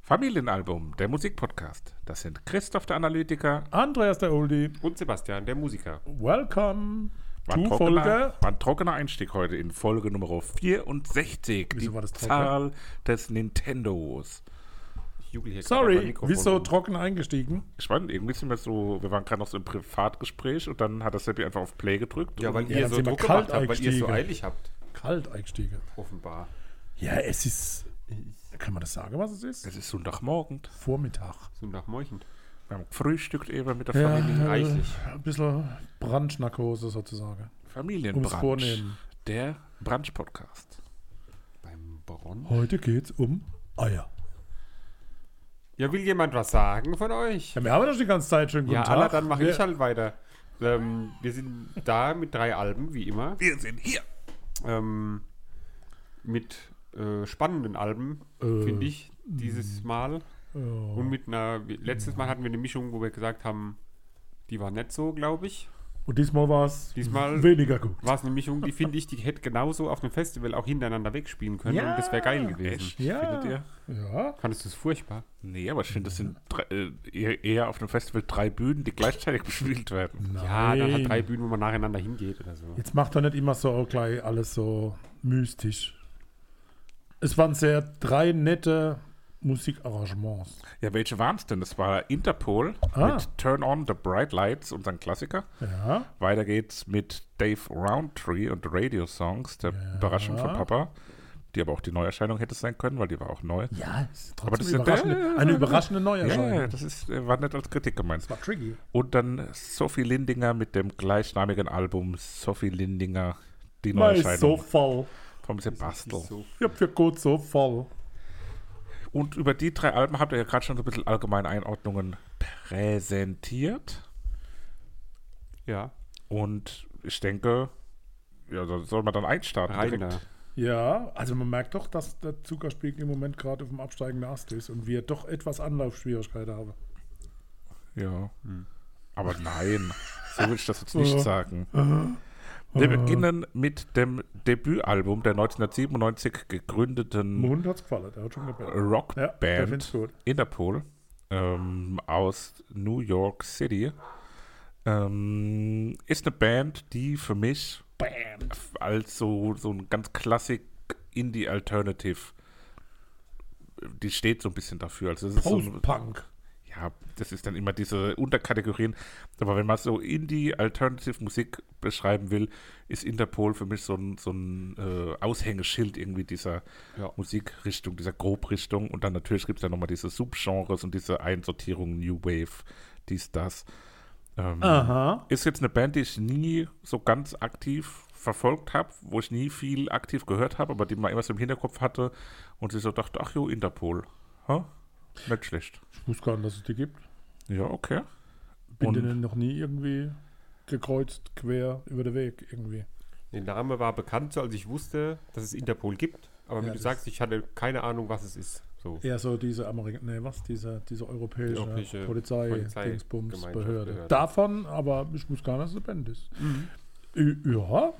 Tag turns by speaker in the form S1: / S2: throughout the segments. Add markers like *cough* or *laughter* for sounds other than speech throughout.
S1: Familienalbum, der Musikpodcast. Das sind Christoph der Analytiker
S2: Andreas der Oldie,
S3: Und Sebastian, der Musiker.
S2: welcome
S1: War ein
S2: to
S1: trockener-
S2: Folge.
S1: War ein trockener Einstieg heute in Folge Nummer 64.
S2: Wieso
S1: die
S2: war das trocken?
S1: Zahl des Nintendos.
S3: Ich jubel hier gerade auf mein
S2: Sorry,
S3: Mikrofon
S2: wieso
S3: rum.
S2: trocken eingestiegen?
S1: Spannend, irgendwie sind wir so, wir waren gerade noch so im Privatgespräch und dann hat der Seppi einfach auf Play gedrückt.
S3: Ja,
S1: und
S3: weil
S2: Ja,
S3: ihr
S2: dann
S3: so
S2: sind wir
S3: Druck gemacht habt, weil ihr es so
S2: Kalteingestiegen.
S3: eilig habt,
S2: Kalt eingestiegen.
S3: offenbar.
S2: Ja, es ist. Kann man das sagen, was es ist?
S1: es ist Sonntagmorgen.
S2: Vormittag.
S3: So nachmeuchend.
S1: Wir haben gefrühstückt eben mit der
S2: Ja,
S1: Familie.
S3: reichlich.
S2: äh, Ein bisschen Brandschnackhose sozusagen. Ums
S1: Familienbrunch.
S2: Vornehmen.
S1: Der Brunch-Podcast.
S3: Beim Bronn.
S2: Heute geht's um Eier.
S3: Ja, will jemand was sagen von euch?
S2: Ja, wir haben doch die ganze Zeit schon guten
S3: Ja,
S2: Tag.
S3: Allah, dann mache
S2: wir,
S3: ich halt weiter. Ähm, wir sind da mit drei Alben, wie immer.
S1: Wir sind hier.
S3: Ähm, mit äh, spannenden Alben,
S2: Äh, hm.
S3: finde ich, dieses Mal. Und
S2: Ja.
S3: mit einer. Letztes Mal hatten wir eine Mischung, wo wir gesagt haben, die war nicht so, glaube ich.
S2: Und diesmal war es
S3: Diesmal-
S2: weniger gut.
S3: War es eine Mischung, die finde ich, die hätte genauso auf einem Festival auch hintereinander wegspielen können
S2: Ja.
S3: und das wäre geil gewesen.
S1: Echt?
S2: Ja.
S1: Findet ihr?
S2: Ja.
S3: Fandest du es furchtbar?
S1: Nee, aber ich finde, das sind drei, äh, eher- eher auf dem Festival drei Bühnen, die gleichzeitig *laughs* bespielt werden.
S3: Ja, dann
S2: Nein.
S3: hat drei Bühnen, wo man nacheinander hingeht oder so.
S2: Jetzt macht doch nicht immer so gleich alles so mystisch. Es waren sehr drei nette Musikarrangements.
S1: Ja, welche waren es denn? Das war Interpol
S2: Ah.
S1: mit Turn On the Bright Lights, unseren Klassiker.
S2: Ja,
S1: Weiter geht's mit Dave Roundtree und Radio Songs, der
S2: Ja.
S1: Überraschung von Papa, die aber auch die Neuerscheinung hätte sein können, weil die war auch neu.
S2: ja ist trotzdem
S1: Aber das ist ja-
S2: überraschende, eine überraschende Neuerscheinung.
S1: Ja, das ist, äh, war nicht als Kritik gemeint.
S2: Das war tricky.
S1: Und dann Sophie Lindinger mit dem gleichnamigen Album Sophie Lindinger, die
S2: Man ist so
S1: Neuerscheinung
S2: voll.
S1: vom Sebastel.
S3: So.
S2: Ich hab für gut so voll.
S1: Und über die drei Alben habt ihr ja gerade schon so ein bisschen allgemeine Einordnungen präsentiert.
S3: Ja,
S1: Und ich denke, ja, da soll man dann einstarten.
S3: rein
S1: direkt.
S3: da.
S2: Ja, also man merkt doch, dass der Zuckerspiegel im Moment gerade auf dem absteigenden Ast ist und wir doch etwas Anlaufschwierigkeiten haben.
S1: Ja. Aber nein, so will ich das jetzt nicht sagen. Wir beginnen mit dem Debütalbum der 1997 gegründeten
S2: Dem Hund hat's gefallen, der hat schon gebellt. Ja, der
S1: Rockband
S2: find's gut.
S1: Interpol ähm, aus New York City. Ähm, ist eine Band, die für mich
S2: Bam.
S1: als so, so ein ganz Klassik Indie Alternative, die steht so ein bisschen dafür. Also es ist so ein,
S2: Post-Punk.
S1: ja, das ist dann immer diese Unterkategorien. Aber wenn man so Indie-Alternative-Musik beschreiben will, ist Interpol für mich so ein, so ein äh, Aushängeschild irgendwie dieser
S3: Ja.
S1: Musikrichtung, dieser Grobrichtung. Und dann natürlich gibt es ja nochmal diese Subgenres und diese Einsortierung New Wave, dies, das. Ähm,
S2: Aha.
S1: Ist jetzt eine Band, die ich nie so ganz aktiv verfolgt habe, wo ich nie viel aktiv gehört habe, aber die man immer so im Hinterkopf hatte und sich so dachte, ach jo, Interpol. Hä? Nicht schlecht.
S2: Ich wusste gar nicht, dass es die gibt.
S1: Ja, okay.
S2: Bin
S1: Und-
S2: denen noch nie irgendwie gekreuzt, quer über den Weg irgendwie.
S3: Der Name war bekannt, so als ich wusste, dass es Interpol gibt. Aber
S2: Ja,
S3: wie du
S2: das-
S3: sagst, ich hatte keine Ahnung, was es ist. So.
S2: Eher so diese Amerik nee, was? Diese, diese europäische,
S3: Die europäische
S2: Polizei,
S3: Polizei-
S2: Dingsbums,
S3: Gemeinschaft,
S2: Behörde.
S3: Behörde.
S2: Davon, aber ich wusste gar nicht, dass es eine Band ist. Ü- Ja,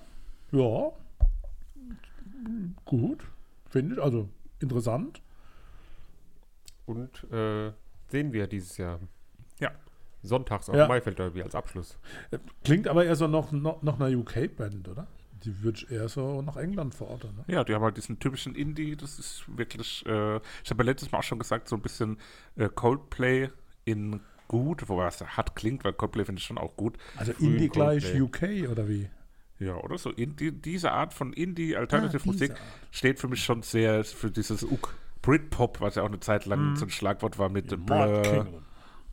S2: ja. Gut, finde ich. Also interessant.
S3: Und äh, sehen wir dieses Jahr.
S1: Ja.
S3: Sonntags auf
S2: Ja.
S3: dem Maifeld Derby als Abschluss.
S2: Klingt aber eher so noch, noch, noch einer UK-Band, oder? Die würde ich eher so nach England verorten. Ne?
S1: Ja, die haben halt diesen typischen Indie, das ist wirklich, äh, ich habe ja letztes Mal auch schon gesagt, so ein bisschen äh, Coldplay in gut, wobei es hart klingt, weil Coldplay finde ich schon auch gut.
S2: Also
S3: Grün
S2: Indie gleich UK
S3: Coldplay.
S2: oder wie?
S1: Ja, oder so, Indie, diese Art von
S2: Ah,
S1: Indie-Alternative
S2: diese
S1: Musik
S2: Art.
S1: steht für mich schon sehr für dieses UK. Britpop, was ja auch eine Zeit
S2: Mhm.
S1: lang so ein Schlagwort war mit Blur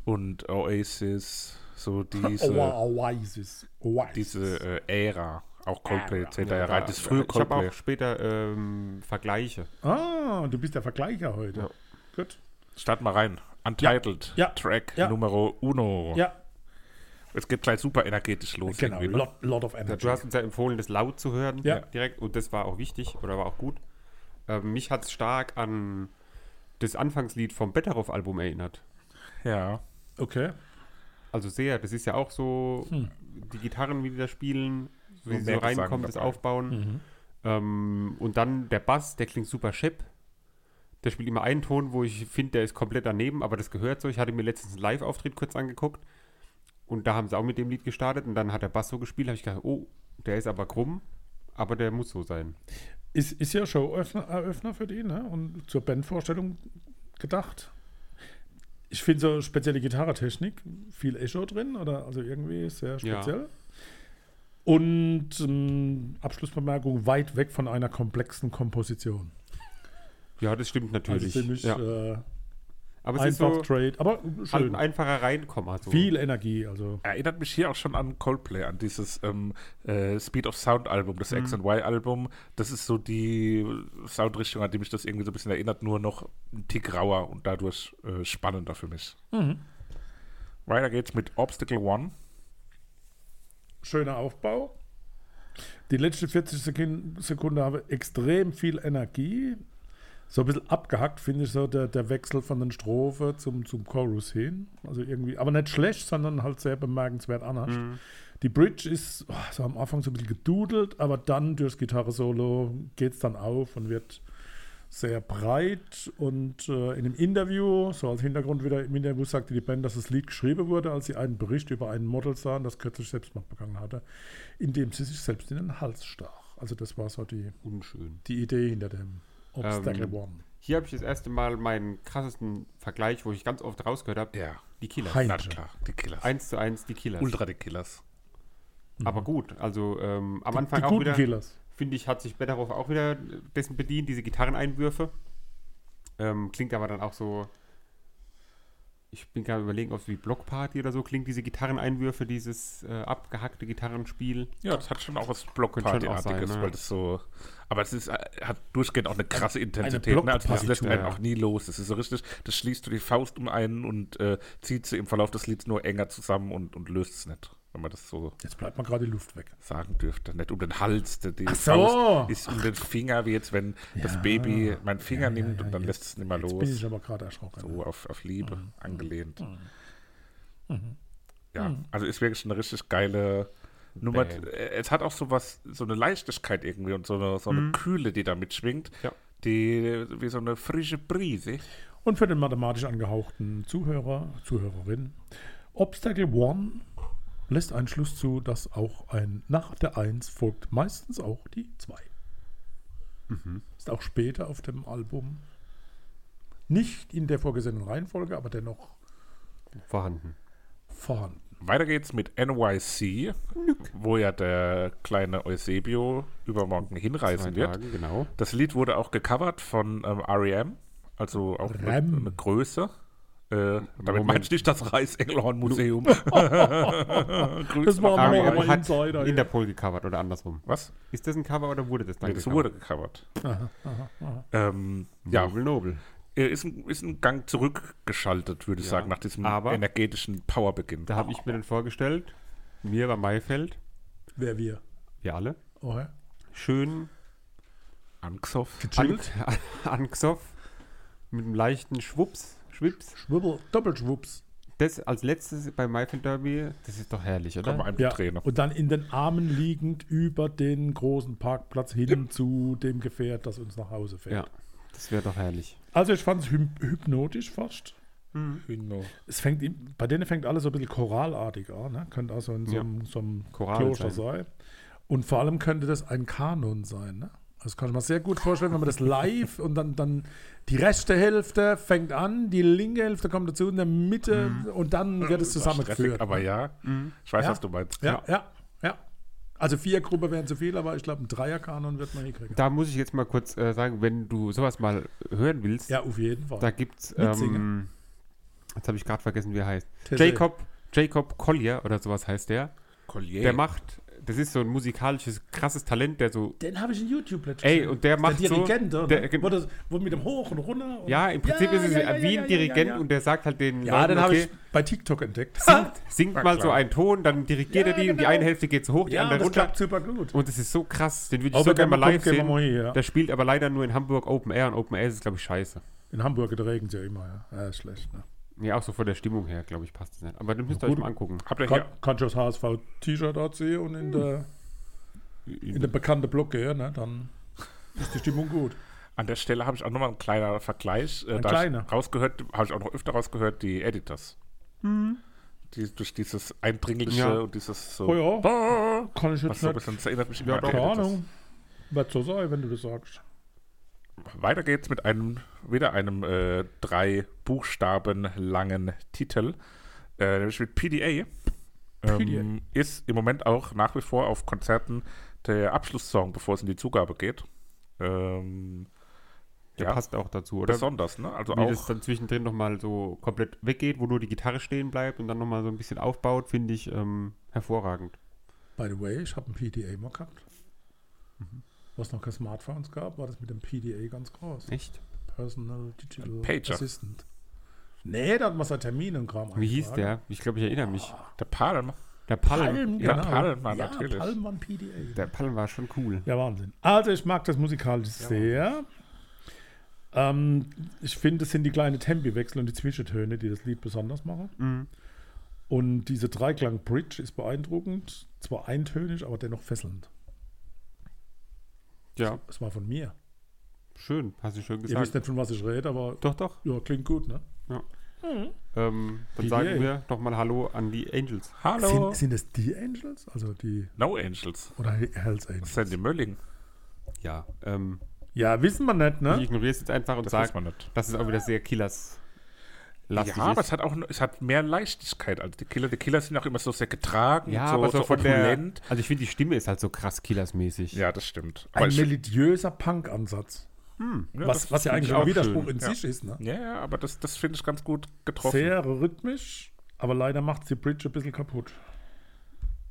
S1: und Oasis,
S2: *laughs* Oh,
S1: so diese,
S2: Oasis. Oasis.
S1: diese äh, Ära. Auch Coldplay
S2: Ära.
S1: zählt da ja rein, das frühe
S3: ich habe
S1: Coldplay.
S3: auch später ähm, Vergleiche.
S2: Ah, du bist der Vergleicher heute.
S3: Ja.
S2: Gut.
S1: Start mal rein. Untitled,
S2: Ja.
S1: Track
S2: Ja.
S1: Numero Uno.
S2: Ja,
S1: Es geht gleich super energetisch los.
S2: genau.
S1: irgendwie, ne?
S2: Lot, lot of
S3: Ja,
S2: energy.
S3: du hast uns ja empfohlen, das laut zu hören
S2: Ja.
S3: direkt und das war auch wichtig oder war auch gut. Ähm, mich hat es stark an das Anfangslied vom Betteroff-Album erinnert.
S1: Ja.
S2: okay.
S3: Also sehr, das ist ja auch so,
S2: Hm.
S3: die Gitarren, wie die da spielen, so
S1: Und
S3: wie sie so
S1: mehr Gesang
S2: Mhm.
S3: reinkommen, das
S1: dabei.
S3: Aufbauen. Ähm, und dann der Bass, der klingt super schepp. Der spielt immer einen Ton, wo ich finde, der ist komplett daneben, aber das gehört so. Ich hatte mir letztens einen Live-Auftritt kurz angeguckt und da haben sie auch mit dem Lied gestartet und dann hat der Bass so gespielt, habe ich gedacht, oh, der ist aber krumm, aber der muss so sein.
S2: Ist, ist ja Show-Eröffner für den ne? und zur Bandvorstellung gedacht. Ich finde so spezielle Gitarretechnik, viel Echo drin oder also irgendwie sehr
S3: Ja.
S2: speziell. Und ähm, Abschlussbemerkung, weit weg von einer komplexen Komposition.
S3: Ja, das stimmt natürlich.
S2: Also ziemlich
S3: ja.
S2: äh,
S3: Aber es ist
S2: einfach
S3: so
S2: Trade, aber
S3: halt
S2: schön.
S3: ein einfacher Reinkommer. So.
S2: viel Energie, also
S1: Erinnert mich hier auch schon an Coldplay, an dieses ähm, äh, Speed of Sound Album, das X and Y Album. Das ist so die Soundrichtung, an die mich das irgendwie so ein bisschen erinnert, nur noch ein Tick rauer und dadurch äh, spannender für mich. Weiter geht's mit Obstacle One.
S2: schöner Aufbau. Die letzten 40 Sekin- Sekunden habe extrem viel Energie. So ein bisschen abgehackt, finde ich, so der, der Wechsel von den Strophe zum, zum Chorus hin. Also irgendwie, aber nicht schlecht, sondern halt sehr bemerkenswert anders. Die Bridge ist oh, so am Anfang so ein bisschen gedudelt, aber dann durchs Gitarre-Solo geht es dann auf und wird sehr breit. Und äh, in dem Interview, so als Hintergrund wieder im Interview, sagte die Band, dass das Lied geschrieben wurde, als sie einen Bericht über einen Model sahen, das kürzlich Selbstmord begangen hatte, indem sie sich selbst in den Hals stach. Also das war so die,
S3: Unschön.
S2: die Idee hinter dem Obstacle
S3: Ähm,
S2: One.
S3: Hier habe ich das erste Mal meinen krassesten Vergleich, wo ich ganz oft rausgehört habe.
S1: Ja,
S3: Die Killers.
S2: Heim.
S1: na klar, die Killers.
S3: Eins zu eins die Killers.
S1: Ultra die Killers.
S3: Aber gut, also ähm,
S2: Mhm.
S3: am
S2: Die
S3: Anfang auch
S2: guten
S3: wieder,
S2: Killers.
S3: finde ich, hat sich Betteroff auch wieder dessen bedient, diese Gitarreneinwürfe. Ähm, klingt aber dann auch so. Ich bin gerade überlegen, ob es wie Blockparty oder so klingt, diese Gitarreneinwürfe, dieses äh, abgehackte Gitarrenspiel.
S1: Ja, das hat schon auch was
S3: Könnte schon
S1: Blockparty-artiges,
S3: auch sein, ne?
S1: weil das so. Aber es ist, äh, hat durchgehend auch eine krasse Intensität. Ne? Also das
S2: Blockparty-Tour,
S1: lässt einen
S3: ja.
S1: auch nie los. Das ist so richtig, das schließt du die Faust um einen und äh, zieht sie im Verlauf des Lieds nur enger zusammen und, und löst es nicht, wenn man das so
S2: Jetzt bleibt mal gerade die Luft weg.
S1: sagen dürfte. Nicht um den Hals, die die
S2: Ach so.
S1: Faust ist um den Finger, wie jetzt, wenn das Baby meinen Finger
S2: Ja, ja,
S1: nimmt
S2: ja,
S1: und dann
S2: jetzt-
S1: lässt es nicht mehr
S2: Jetzt bin ich
S1: los.
S2: aber gerade erschrocken.
S1: So auf, auf Liebe angelehnt. Mhm. Ja, also ist wirklich eine richtig geile Nummer.
S3: Bam.
S1: Äh, Es hat auch so was, so eine Leichtigkeit irgendwie und so eine, so eine Kühle, die da mitschwingt.
S3: Ja.
S1: Die, wie so eine frische Brise.
S2: Und für den mathematisch angehauchten Zuhörer, Zuhörerin, Obstacle One lässt einen Schluss zu, dass auch ein nach der Eins folgt meistens auch die Zwei. Ist auch später auf dem Album. Nicht in der vorgesehenen Reihenfolge, aber dennoch
S3: Vorhanden.
S2: vorhanden.
S1: Weiter geht's mit NYC, wo ja der kleine Eusebio übermorgen hinreisen
S3: Zwei
S1: wird.
S3: Tagen, genau.
S1: Das Lied wurde auch gecovert von ähm, REM, also auch eine,
S2: Rem.
S1: eine Größe. Äh, damit
S3: Moment.
S1: meine ich nicht das *laughs* Reichsengelhorn-Museum.
S2: Das war
S1: Ah,
S2: Morgen
S1: ja,
S3: REM
S2: aber
S3: hat
S2: Insider, ja.
S3: Interpol gecovert oder andersrum.
S1: Was?
S3: Ist das ein Cover oder wurde das dann
S1: Nee, das wurde gecovert. Ähm,
S3: Ja,
S1: ja,
S3: nobel, nobel.
S1: äh, ist ein, ist ein Gang zurückgeschaltet, würde ich
S3: Ja,
S1: sagen, nach diesem
S3: aber-
S1: energetischen Powerbeginn.
S3: Da habe ich mir dann vorgestellt, mir war Maifeld,
S2: Wer wir?
S3: wir alle,
S2: Oh, ja.
S3: schön
S1: Angsoff.
S3: an, *laughs* angesoff, mit einem leichten Schwups, Schwips.
S2: Schwibbel, Doppelschwups.
S3: Das als letztes bei Maifeld Derby, das ist doch herrlich, oder?
S1: Komm, einem die
S2: Ja,
S1: Träne.
S2: und dann in den Armen liegend über den großen Parkplatz hin zu dem Gefährt, das uns nach Hause fährt.
S3: Ja, das wäre doch herrlich.
S2: Also ich fand es hypnotisch fast.
S1: Genau.
S2: Es fängt, im- bei denen fängt alles so ein bisschen choralartig an. Ne? Könnte also in so
S3: Ja.
S2: einem, so einem
S3: Choral
S2: Kloster
S3: sein.
S2: sein. Und vor allem könnte das ein Kanon sein. Ne? Das kann ich mir sehr gut vorstellen, wenn man das live und dann, dann die rechte Hälfte fängt an, die linke Hälfte kommt dazu in der Mitte
S3: Mhm.
S2: und
S3: Äh,
S2: dann wird es zusammengeführt.
S1: Stressig, aber ja. Ich weiß,
S2: Ja.
S1: was du meinst.
S2: ja, ja, ja. Also vier Gruppe wären zu viel, aber ich glaube, ein Dreierkanon wird man hinkriegen.
S3: Da muss ich jetzt mal kurz äh, sagen, wenn du sowas mal hören willst,
S2: Ja, auf jeden Fall.
S3: da gibt's
S2: Mitsingen.
S3: ähm, jetzt habe ich gerade vergessen, wie er heißt.
S2: Tessé.
S3: Jacob, Jacob Collier oder sowas heißt der.
S1: Collier.
S3: Der macht, das ist so ein musikalisches, krasses Talent, der so
S2: Den habe ich in YouTube letztens
S3: Ey,
S2: gesehen.
S3: und der
S2: Ist
S3: macht so-
S2: der Dirigent, oder?
S3: der- gen-
S2: wo, das, wo mit dem Hoch und Runter. Und
S3: Ja, im Prinzip ist es
S2: ja, ja,
S3: wie
S2: ja,
S3: ein
S2: ja,
S3: Dirigent
S2: ja, ja.
S3: und der sagt halt den
S2: Ja,
S3: Leuten,
S2: den habe
S3: okay,
S2: ich bei TikTok entdeckt.
S3: singt, singt
S1: Na
S3: mal
S1: klar.
S3: so einen Ton, dann dirigiert
S2: Ja,
S3: er die und die
S2: genau.
S3: eine Hälfte geht so hoch, die
S2: ja,
S3: andere
S2: das
S3: runter.
S2: klappt super gut.
S3: Und es ist so krass, den würde ich
S2: Aber
S3: so gerne mal
S2: wenn man kommt,
S3: live
S2: gehen
S3: sehen.
S2: wir mal hier, ja.
S3: Der spielt aber leider nur in Hamburg Open Air und Open Air ist es, glaube ich, scheiße.
S2: In Hamburg regnet es ja immer. Ja, ja ist schlecht. Ne?
S3: Ja, auch so von der Stimmung her, glaube ich, passt es nicht. Aber den müsst ihr euch
S2: gut.
S3: mal angucken.
S1: Habt ihr
S2: Kann,
S1: hier
S2: kannst du das HSV-T-Shirt anziehen und in der in den bekannten Block gehen, ne? dann ist die Stimmung gut.
S1: An der Stelle habe ich auch nochmal einen kleinen Vergleich. Äh,
S2: Ein
S1: da
S2: kleiner.
S1: Ich rausgehört, habe ich auch noch öfter rausgehört, die Editors.
S2: Hm.
S1: Die, durch dieses Eindringliche
S3: Ja.
S1: und dieses so.
S2: Oh ja.
S1: Bah!
S2: Kann ich
S1: Was
S2: jetzt
S1: so ein
S2: nicht.
S1: bisschen, das erinnert mich immer
S2: Ja,
S1: an die
S2: keine
S1: Editors.
S2: Ahnung. Wird so sein, wenn du das sagst.
S1: Weiter geht's mit einem, wieder einem äh, drei Buchstaben langen Titel, äh, nämlich mit PDA.
S2: PDA.
S1: Ähm, ist im Moment auch nach wie vor auf Konzerten der Abschlusssong, bevor es in die Zugabe geht. Ähm,
S3: Der
S1: Ja.
S3: passt auch dazu, oder?
S1: besonders, ne? Also
S3: Wie das
S1: auch
S3: dann zwischendrin nochmal so komplett weggeht, wo nur die Gitarre stehen bleibt und dann nochmal so ein bisschen aufbaut, finde ich ähm, hervorragend.
S2: By the way, ich habe ein PDA mal gehabt. Mhm. Was noch kein Smartphones gab, war das mit dem PDA ganz groß.
S3: Echt?
S2: Personal Digital
S1: Ein Pager.
S2: Assistant. Nee, da hat man seinen Termin und Kram
S3: Wie hieß
S2: eingetragen.
S3: der? Ich glaube, ich erinnere mich.
S1: der Palm.
S3: Der Palm.
S2: Palm,
S1: Ja,
S2: genau.
S1: Palmmann,
S2: ja,
S1: natürlich.
S2: Palmmann PDA.
S3: Der Palm war schon cool.
S2: Ja, Wahnsinn. Also, ich mag das musikalisch sehr. Ähm, ich finde, es sind die kleinen Tempiwechsel und die Zwischentöne, die das Lied besonders machen.
S3: Mhm.
S2: Und diese Dreiklang-Bridge ist beeindruckend. Zwar eintönig, aber dennoch fesselnd.
S3: Ja,
S2: Das war von mir.
S3: schön. Hast du schön
S2: Ihr wisst
S3: gesagt.
S2: nicht, von was ich rede, aber
S3: Doch, doch.
S2: ja, klingt gut, ne?
S3: Ähm, dann
S2: PDA.
S3: sagen wir nochmal Hallo an die Angels.
S1: Hallo.
S2: Sind, sind das die Angels? Also die,
S1: No Angels.
S2: oder die Hells Angels?
S1: Sandy Mölling.
S3: Ja. Ähm,
S2: Ja, wissen wir nicht,
S3: Ich
S2: ne?
S3: ignoriere es jetzt einfach und
S1: Das weiß
S3: sage,
S1: man nicht.
S3: dass es auch wieder sehr Killers lastig
S1: ja, aber
S3: ist.
S1: es hat auch es hat mehr Leichtigkeit als die Killer. Die Killer sind auch immer so sehr getragen,
S3: ja,
S1: so,
S3: aber so,
S1: so
S3: von der,
S1: opulent.
S3: Also ich finde, die Stimme ist halt so krass Killers-mäßig.
S1: Ja, das stimmt. Aber
S2: Ein
S1: ich-
S2: melodiöser Punk-Ansatz.
S1: ja,
S2: was,
S1: das
S2: was ja
S1: find
S2: eigentlich
S1: ich
S2: ein
S1: auch
S2: Widerspruch
S1: schön.
S2: in
S1: ja.
S2: sich ist, ne?
S1: Ja, ja, aber das, das finde ich ganz gut getroffen.
S2: Sehr rhythmisch, aber leider macht die Bridge ein bisschen kaputt.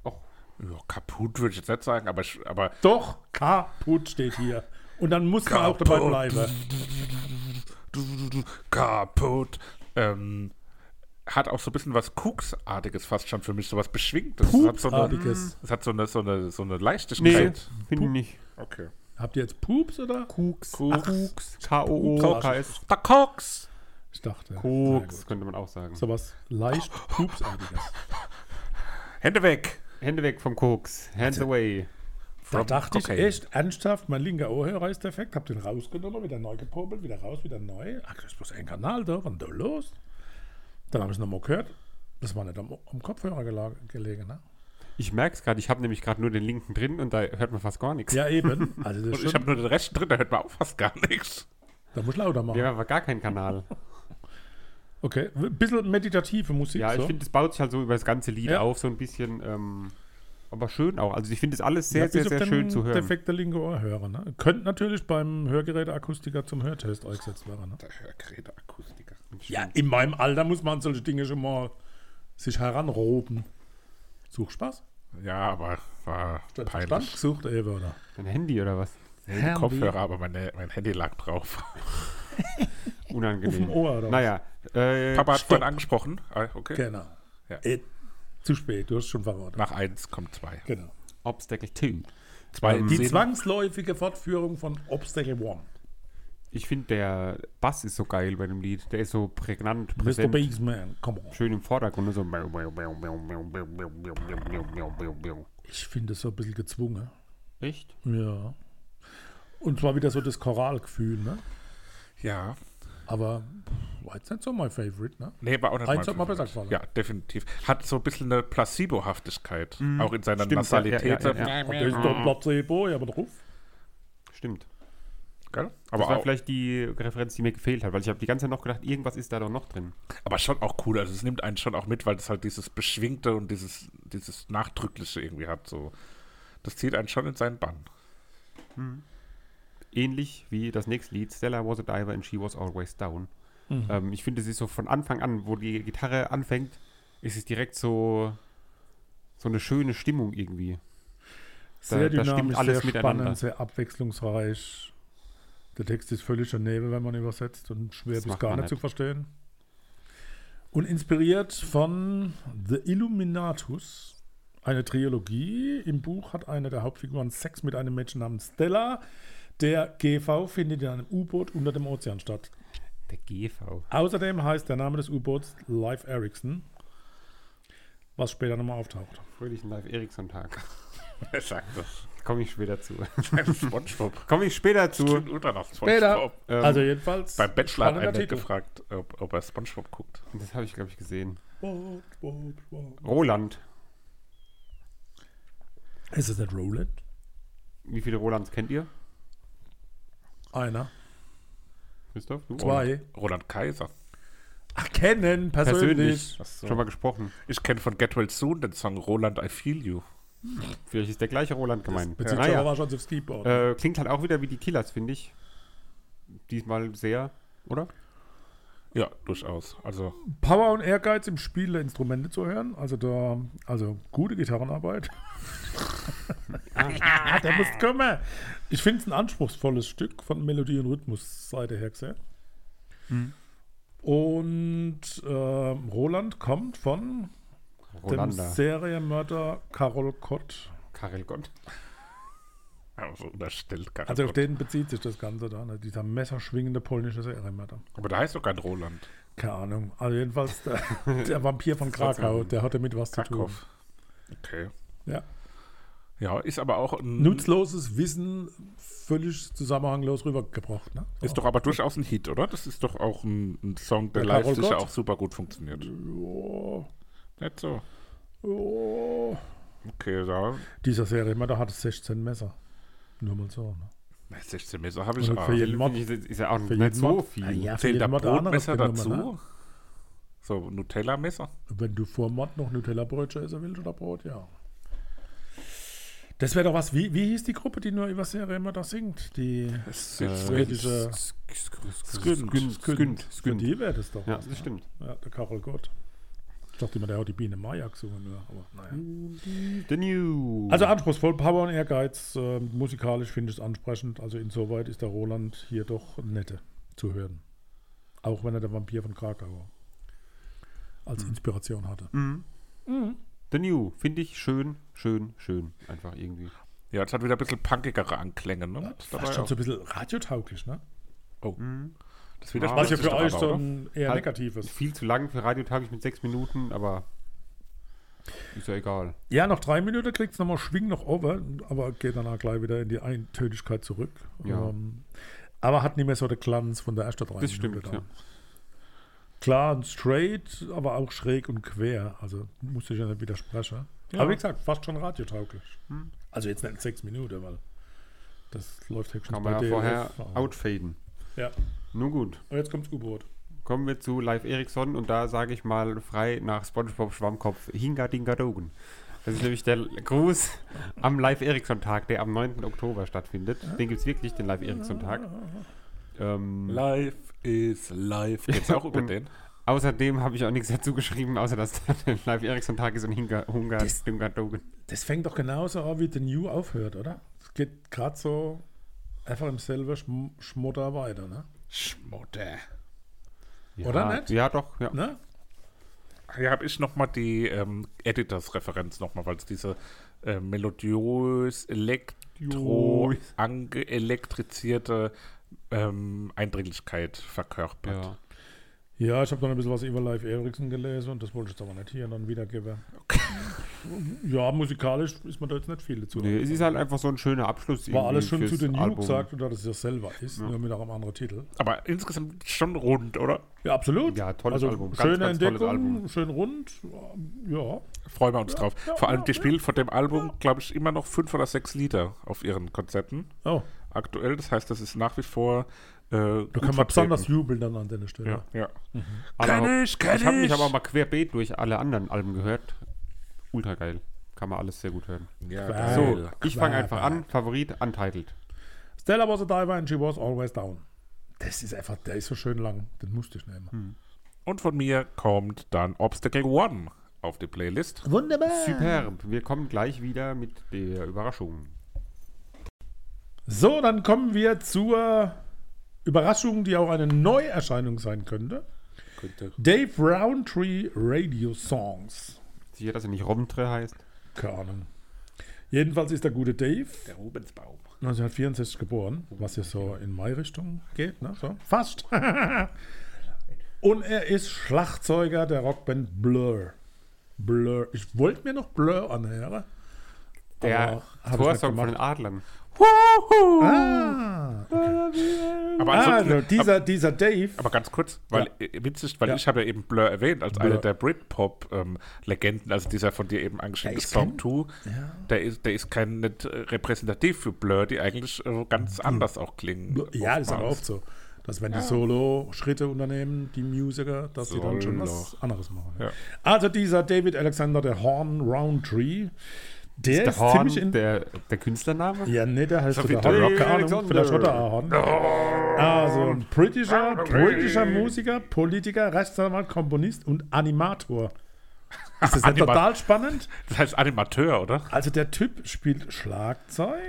S1: Oh, Ja, kaputt würde ich jetzt nicht sagen, aber, ich- aber
S2: Doch, kaputt steht hier. Und dann muss man auch dabei
S1: Kaputt.
S2: bleiben.
S1: du, du, du, kaputt. Ähm, hat auch so ein bisschen was Koks-artiges fast schon für mich, so was Beschwingtes. Es hat so eine,
S2: Pups-artiges.
S1: es hat so eine, so eine, so eine
S3: Nee,
S1: Leichtigkeit.
S3: finde ich nicht.
S1: Okay.
S2: Habt ihr jetzt Pups oder?
S3: Koks.
S1: Koks.
S3: Koks. K-O-O-K-S.
S1: Der Koks!
S2: Ich dachte.
S3: Koks, könnte man auch sagen.
S2: Sowas leicht Pupsartiges.
S1: Hände weg!
S3: Hände weg vom Koks. Hands away.
S2: Da dachte ich
S1: Cocaine.
S2: echt ernsthaft, mein linker Ohrhörer ist defekt, hab den rausgenommen, wieder neu gepopelt, wieder raus, wieder neu. Ach, das ist bloß ein Kanal da, wann da los? Dann habe ich nochmal gehört, das war nicht am, am Kopfhörer gelag, gelegen, ne?
S3: Ich merke es gerade, ich habe nämlich gerade nur den linken drin und da hört man fast gar nichts.
S2: Ja, eben. Also das
S1: Und
S2: ist
S1: ich habe
S2: schon,
S1: nur den Rest drin, da hört man auch fast gar nichts.
S2: da muss ich lauter machen.
S3: Wir haben aber gar keinen Kanal.
S2: Okay, ein bisschen meditative Musik.
S3: Ja, ich
S2: so.
S3: finde, es baut sich halt so über das ganze Lied
S2: Ja.
S3: auf, so ein bisschen. Ähm, aber schön auch. Also ich finde es alles sehr,
S2: Ja,
S3: sehr,
S2: bis auf
S3: sehr
S2: den
S3: schön zu hören.
S2: Defekte linke Ohrhörer, ne? Könnte natürlich beim Hörgeräteakustiker zum Hörtest eingesetzt werden, ne?
S1: Der Hörgeräte Akustiker.
S2: Ja, in meinem Alter muss man an solche Dinge schon mal sich heranroben. Such Spaß?
S1: Ja, aber war
S2: Stand
S1: peinlich.
S2: gesucht, Ewe, oder?
S3: Dein Handy oder was?
S1: Nee, die Kopfhörer, aber meine, mein Handy lag drauf.
S3: Unangenehm.
S2: Auf dem Ohr, oder? was?
S3: Naja, äh,
S1: Papa hat
S2: Stopp.
S1: vorhin angesprochen. Ah, okay.
S2: Genau.
S1: Ja.
S2: Äh, zu spät, du hast schon verraten.
S1: Nach eins kommt zwei.
S2: Genau.
S3: Obstacle 2.
S1: Zwei im
S2: Die
S1: Sinn.
S2: zwangsläufige Fortführung von Obstacle One.
S3: Ich finde, der Bass ist so geil bei dem Lied. Der ist so prägnant,
S2: Mr.
S3: präsent,
S2: Beastman, come on.
S3: schön im Vordergrund. Und so. miau, miau, miau, miau, miau, miau, miau, miau, miau, miau, miau, miau.
S2: Ich finde es so ein bisschen gezwungen.
S3: Echt?
S2: Ja. Und zwar wieder so das Choralgefühl, ne?
S1: Ja.
S2: Aber pff, war jetzt nicht so mein Favorite, ne?
S1: Nee, war auch nicht
S2: Eins
S1: mein
S2: hat mal besser
S1: Favorit.
S2: gefallen.
S1: Ja, definitiv. Hat so ein bisschen eine Placebo-Haftigkeit. Auch in seiner
S3: Mhm. Stimmt, ja,
S1: Nasalität.
S3: ja, ja, ja.
S2: Und das ist
S3: Mhm.
S2: doch Placebo, ja, aber drauf.
S3: Stimmt.
S1: Gell?
S3: Das
S1: Aber,
S3: war
S1: auch,
S3: vielleicht die Referenz, die mir gefehlt hat, weil ich habe die ganze Zeit noch gedacht, irgendwas ist da doch noch drin.
S1: aber schon auch cool. Also es nimmt einen schon auch mit, weil es halt dieses Beschwingte und dieses, dieses Nachdrückliche irgendwie hat. So. Das zieht einen schon in seinen Bann.
S3: ähnlich wie das nächste Lied, Stella was a diver and she was always down.
S2: Mhm.
S3: Ähm, ich finde, es ist so von Anfang an, wo die Gitarre anfängt, ist es direkt so, so eine schöne Stimmung irgendwie.
S2: Sehr
S3: da stimmt
S2: dynamisch,
S3: alles
S2: sehr
S3: miteinander.
S2: spannend, sehr abwechslungsreich. Der Text ist völlig daneben, wenn man übersetzt und schwer
S3: Das
S2: bis
S3: macht
S2: gar
S3: man
S2: nicht zu verstehen. Und inspiriert von The Illuminatus, eine Trilogie. Im Buch hat eine der Hauptfiguren Sex mit einem Mädchen namens Stella. Der GV findet in einem U-Boot unter dem Ozean statt.
S3: Der GV.
S2: Außerdem heißt der Name des U-Boots Life Ericsson, was später nochmal auftaucht.
S3: *laughs* Fröhlichen Live Ericsson Tag.
S1: Er sagt das.
S3: komme ich später zu. *laughs*
S1: Spongebob.
S3: komme ich später
S1: Das
S3: zu.
S1: klingt ultra nach
S2: Später.
S1: Spongebob.
S3: Ähm,
S2: also jedenfalls.
S1: Beim Bachelor hat
S2: spannender
S1: einer
S2: Titel.
S1: gefragt, ob, ob er Spongebob guckt.
S3: Das habe ich, glaube ich, gesehen.
S2: Bob, Bob, Bob.
S3: Roland.
S2: Ist es nicht Roland?
S3: Wie viele Rolands kennt ihr?
S2: Einer.
S3: Christoph? Du? Oh,
S2: Zwei.
S1: Roland Kaiser.
S2: Ach, kennen, persönlich.
S3: Persönlich.
S1: Achso.
S3: Schon mal gesprochen.
S1: Ich kenne von Get Well Soon den Song Roland, I Feel You.
S3: Vielleicht ist der gleiche Roland gemeint.
S2: Bezieht sich
S3: Naja.
S2: aber schon aufs Keyboard.
S3: Ah, Äh, klingt halt auch wieder wie die Killers, finde ich. Diesmal sehr, oder?
S1: Ja, durchaus. Also,
S2: Power und Ehrgeiz im Spiel der Instrumente zu hören. Also da, also gute Gitarrenarbeit. *laughs* ah, der muss kommen. Ich finde es ein anspruchsvolles Stück von Melodie und Rhythmusseite her gesehen. Und äh, Roland kommt von dem
S3: Rolanda.
S2: Serienmörder Karol Kott.
S3: Karel Gott.
S1: also unterstellt gar
S2: Also auf
S1: nicht.
S2: den bezieht sich das Ganze da, ne? dieser messerschwingende polnische Serienmörder.
S1: Aber da heißt doch kein Roland.
S2: Keine Ahnung. Also jedenfalls der, der Vampir von Krakau, der hatte mit was zu
S1: Krakow. Okay.
S2: tun. Ja.
S1: Ja, ist aber auch ein,
S2: nutzloses Wissen völlig zusammenhanglos rübergebracht. Ne?
S1: ist doch aber durchaus ein Hit, oder? Das ist doch auch ein, ein Song, der
S2: Ja,
S1: live
S2: Karol
S1: sicher
S2: Gott.
S1: auch super gut funktioniert. Nicht so.
S2: Oh.
S1: Okay, da.
S2: Dieser Serie, immer, da hat es 16 Messer. Nur mal so. Ne?
S1: Na, 16 Messer habe ich
S2: Und für
S1: auch.
S2: jeden Mod.
S3: Finde ich, ist ja auch
S2: Für
S3: nicht
S2: jeden
S3: so
S2: Mod.
S3: viel.
S2: Ah, ja, für
S1: Zählt
S2: jeden
S1: da
S2: Mod ein anderes
S1: Brotmesser
S2: genommen,
S1: dazu?
S2: ne?
S1: So, Nutella-Messer?
S2: Wenn du vor Mod noch Nutella-Brötchen essen willst oder Brot, ja. Das wäre doch was, wie, wie hieß die Gruppe, die nur über Serie immer da singt? Die,
S1: Äh,
S2: schwedische-
S3: Skünd. Skünd.
S2: für
S3: Skünd.
S2: die wäre das doch.
S3: Ja,
S2: was,
S3: das stimmt.
S2: ne? ja, der Karol Gott. Ich dachte immer, der hat die Biene Maya gesungen, nur, aber naja.
S3: The New.
S2: Also anspruchsvoll, Power und Ehrgeiz. Äh, musikalisch finde ich es ansprechend. Also insoweit ist der Roland hier doch nette zu hören. Auch wenn er der Vampir von Krakau war. Als
S3: Hm.
S2: Inspiration hatte.
S3: The New. Finde ich schön, schön, schön. Einfach irgendwie.
S1: Ja, es hat wieder ein bisschen punkigere Anklänge, ne? Mit
S2: Das ist
S1: dabei
S2: schon
S1: auch.
S2: so ein bisschen radiotauglich, ne?
S1: Oh.
S2: Mhm.
S1: Das
S2: Was
S1: widerspricht
S2: ja
S1: sich
S2: für
S1: doch
S2: euch
S1: aber,
S2: so
S1: oder?
S2: ein eher
S3: Halt-
S2: negatives.
S3: Viel zu lang für Radiotagig mit sechs Minuten, aber ist ja egal.
S2: Ja, noch drei Minuten kriegt es nochmal Schwing noch over, aber geht danach gleich wieder in die Eintönigkeit zurück.
S3: Ja.
S2: Ähm, aber hat nicht mehr so den Glanz von der ersten drei
S3: Das
S2: Minuten
S3: stimmt,
S2: dann.
S3: ja.
S2: Klar und straight, aber auch schräg und quer. Also musste ich ja nicht widersprechen. Aber wie gesagt, fast schon radiotauglich. Also jetzt nicht in sechs Minuten, weil das läuft halt höchstens
S3: Kann man ja vorher
S2: Out.
S3: outfaden.
S2: Ja.
S3: Nun gut.
S2: Und jetzt kommt's U-Boot.
S3: Kommen wir zu Live Eriksson und da sage ich mal frei nach SpongeBob Schwammkopf Hinga Dinga Dogen. Das ist nämlich der Gruß am Live Eriksson Tag, der am 9. Oktober stattfindet. Den gibt es wirklich, den Live Eriksson Tag. Ähm,
S1: Life is life. Geht's auch
S2: *laughs*
S1: über
S3: Und-
S1: den?
S3: außerdem habe ich auch nichts dazu geschrieben, außer dass der *laughs* Live Eriksson Tag ist und Hinga Hunga
S2: Das-
S3: Dinga Dogen.
S2: Das fängt doch genauso an, wie The New aufhört, oder? Es geht gerade so einfach im selben Schm Schmutter weiter, ne?
S1: Schmutter.
S2: Oder
S3: ja,
S2: nicht?
S3: Ja, doch. Ja.
S2: ne?
S1: Hier habe ich nochmal die ähm, Editors-Referenz nochmal, weil es diese äh, melodiös, elektro,
S3: Jois.
S1: angeelektrizierte ähm, Eindringlichkeit verkörpert.
S3: Ja.
S2: Ja, ich habe noch ein bisschen was über Live Eriksen gelesen und das wollte ich jetzt aber nicht hier dann wiedergeben. Ja, musikalisch ist mir da jetzt nicht viel dazu.
S3: Nee, es ist halt einfach so ein schöner Abschluss.
S2: War alles schon
S3: irgendwie
S2: zu
S3: fürs
S2: den New
S3: Album.
S2: gesagt oder dass es das selber ist, nur mit einem anderen Titel.
S1: Aber insgesamt schon rund, oder?
S2: Ja, absolut.
S3: Ja, tolles
S2: also,
S3: Album. Ganz,
S2: Schöne
S3: ganz tolles
S2: Entdeckung,
S3: Album.
S2: schön rund. Ja.
S1: Freuen wir uns drauf.
S2: ja,
S1: Vor allem,
S2: ja,
S1: die
S2: ja.
S1: spielen von dem Album, glaube ich, immer noch fünf oder sechs Lieder auf ihren Konzerten
S2: Oh,
S1: aktuell. Das heißt, das ist nach wie vor. Äh, da
S2: da kann man besonders jubeln dann an der Stelle.
S1: Ja, ja.
S3: Aber
S1: Kenn ich, kenn
S3: ich habe mich
S1: ich.
S3: aber mal querbeet durch alle anderen Alben gehört. Ultra geil. Kann man alles sehr gut hören.
S1: ja
S3: So,
S1: so.
S3: ich fange einfach an. Favorit, Untitled.
S2: Stella was a diver and she was always down. Das ist einfach, der ist so schön lang. Den musste ich nehmen.
S3: Hm.
S1: Und von mir kommt dann Obstacle One auf die Playlist.
S2: Wunderbar.
S3: Superb. Wir kommen gleich wieder mit der Überraschung.
S2: So, dann kommen wir zur Überraschung, die auch eine Neuerscheinung sein könnte. Dave Roundtree Radio Songs.
S3: Sicher, dass er nicht Romtre heißt.
S2: Keine Ahnung. Jedenfalls ist der gute Dave
S1: Der Rubensbaum.
S2: 1964 geboren, was ja so in Mai-Richtung geht, ne? So. Fast. *laughs* Und er ist Schlagzeuger der Rockband Blur. Blur. Ich wollte mir noch Blur anhören,
S3: Der
S2: Aber hab ich nicht
S3: Torsong von
S2: gemacht.
S3: den Adlern.
S1: Huhu.
S2: Ah,
S1: Aber ansonsten,
S2: also dieser, dieser Dave.
S1: Aber ganz kurz, weil äh, witzig, weil
S2: Ja.
S1: ich habe ja eben Blur erwähnt als
S2: Blur.
S1: eine der Britpop-Legenden, also dieser von dir eben angeschnittene
S2: Ja, ich
S1: Song
S2: kenn-
S1: 2, der ist, der ist kein nicht äh, repräsentativ für Blur, die eigentlich äh, ganz anders auch klingen.
S2: Hm. Ja, das ist aber
S1: oftmals.
S2: oft so. Dass wenn die Solo-Schritte unternehmen, die Musiker, dass sie dann schon
S1: Solo.
S2: was anderes machen.
S1: Ja.
S2: Also dieser David Alexander, der Horn Roundtree, der ist,
S3: Der Horn,
S2: ziemlich in...
S3: der, der Künstlername?
S2: ja, nee, der heißt
S1: So
S2: so der
S1: wie
S2: Horn,
S1: David
S2: keine Ahnung,
S3: Alexander.
S2: vielleicht hat er auch Horn. Also ein britischer, britischer Musiker, Politiker, Rechtsanwalt, Komponist und Animator. Ist das nicht
S1: Anima-
S2: total spannend?
S1: *laughs* Das heißt Animateur, oder?
S2: Also der Typ spielt Schlagzeug,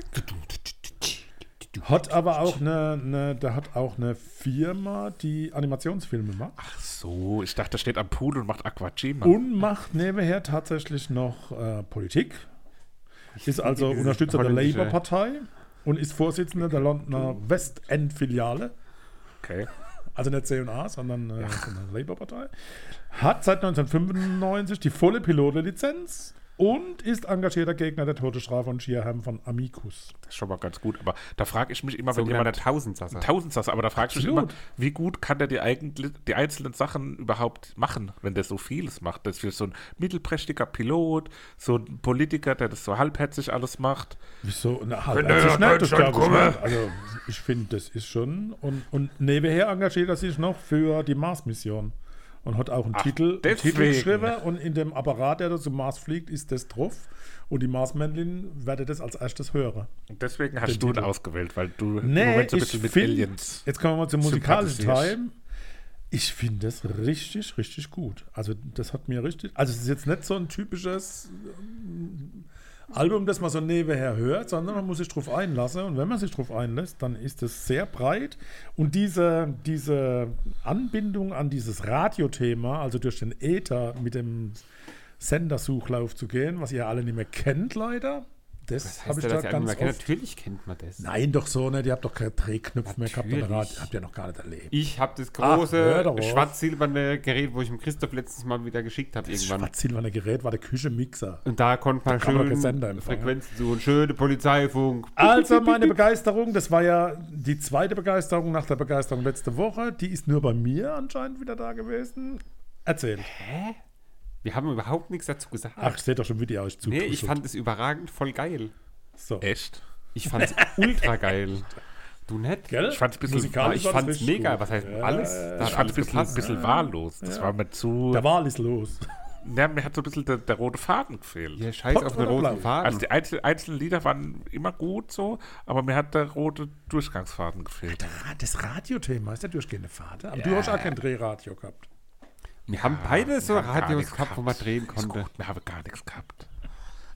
S2: hat aber auch eine, eine der hat auch eine Firma, die Animationsfilme macht
S1: Ach so, ich dachte, der steht am Pool und macht Aquajima.
S2: und macht nebenher tatsächlich noch äh, Politik. Ist also
S3: Dieses
S2: Unterstützer der
S3: holländische-
S2: Labour-Partei und ist Vorsitzender der Londoner Westend-Filiale.
S1: Okay.
S2: Also nicht C&A, sondern äh, sondern Labour-Partei, hat seit 1995 die volle Pilotenlizenz und ist engagierter Gegner der Todesstrafe und Schierheim von Amicus.
S1: Das ist schon mal ganz gut. Aber da frage ich mich immer, wenn jemand
S2: halt
S3: Sogenannter
S1: der
S3: Tausendsasser.
S1: Tausendsasser, aber da frage ich mich immer,
S2: Absolut.
S1: wie gut kann der die, eigentlich, die einzelnen Sachen überhaupt machen, wenn der so vieles macht? Das ist so ein mittelprächtiger Pilot, so ein Politiker, der das so halbherzig alles macht.
S2: Wieso? Na, halt,
S1: Wenn der
S2: also
S1: nach
S2: schnell, das
S1: Deutschland
S2: glaub ich
S1: komme.
S2: nicht. Also ich finde, das ist schon. Und, und nebenher engagiert er sich noch für die Mars-Mission. Und hat auch einen Titel, einen Titel
S1: deswegen.
S2: geschrieben. Und in dem Apparat, der da zum Mars fliegt, ist das drauf. Und die Marsmännchen werden das als erstes hören.
S1: Und deswegen hast
S2: Den
S1: du ihn
S2: Titel.
S1: ausgewählt, weil du im
S2: Nee,
S1: Moment so ein
S2: ich
S1: bisschen mit
S2: find-
S1: Aliens.
S2: Jetzt kommen wir mal zum musikalischen
S1: sympathisierst.
S2: Teil. Ich finde das richtig, richtig gut. Also das hat mir richtig. Also es ist jetzt nicht so ein typisches ähm, Album, das man so nebenher hört, sondern man muss sich drauf einlassen. Und wenn man sich drauf einlässt, dann ist es sehr breit. Und diese, diese Anbindung an dieses Radiothema, also durch den Äther mit dem Sendersuchlauf zu gehen, was ihr alle nicht mehr kennt, leider. Das habe
S3: Heißt
S2: ich
S3: der,
S2: da
S3: dass er
S2: ganz
S3: Animateur-
S2: oft
S3: Natürlich kennt man das.
S2: Nein, doch so, ne? Ihr habt doch keinen Drehknopf mehr gehabt an der
S3: Natürlich.
S2: Radio. Habt ihr noch gar nicht erlebt.
S3: Ich habe das
S2: Ach, hör
S3: große
S2: doch auf.
S3: schwarz-silberne Gerät, wo ich dem Christoph letztes Mal wieder geschickt habe
S2: Das
S3: irgendwann.
S2: schwarz-silberne Gerät war der Küche-Mixer.
S3: Und da konnte man
S2: kann man
S3: schön
S2: doch Sender empfangen.
S3: Frequenzen suchen, schöne Polizeifunk.
S2: Also meine Begeisterung, das war ja die zweite Begeisterung nach der Begeisterung letzte Woche. Die ist nur bei mir anscheinend wieder da gewesen. Erzähl.
S3: Hä? Wir haben überhaupt nichts dazu gesagt.
S2: Ach, ich sehe doch schon Video aus. Zu
S3: nee, ich fand es überragend voll geil.
S2: so.
S1: Echt?
S3: Ich
S2: *laughs*
S3: fand es ultra geil. Du nett?
S2: Gell?
S1: Ich fand's ein bisschen-
S3: Aber
S2: Musikalisch
S3: ich
S2: war das
S3: fand es
S2: richtig
S3: mega.
S2: gut.
S3: Was heißt
S2: Ja.
S3: alles? Da
S1: Ich
S3: hat
S1: fand
S3: alles
S1: es ein bisschen,
S3: gepasst.
S1: bisschen wahllos. Das war mir zu.
S2: Da war alles los. *laughs*
S1: Ja, mir hat so ein bisschen der, der rote Faden gefehlt.
S3: Hier, scheiß
S2: Pott
S3: auf den
S2: oder
S3: roten
S2: blau?
S3: Faden.
S1: Also die einzel einzelnen Lieder waren immer gut so, aber mir hat der rote Durchgangsfaden gefehlt.
S2: Das Radiothema ist der durchgehende Vater. Aber du hast auch kein Drehradio gehabt.
S3: wir haben beide so
S1: Wir haben gar
S3: Radios
S1: nichts
S3: gehabt, wo man drehen
S1: Ist
S3: konnte.
S1: gut, Wir haben gar nichts gehabt.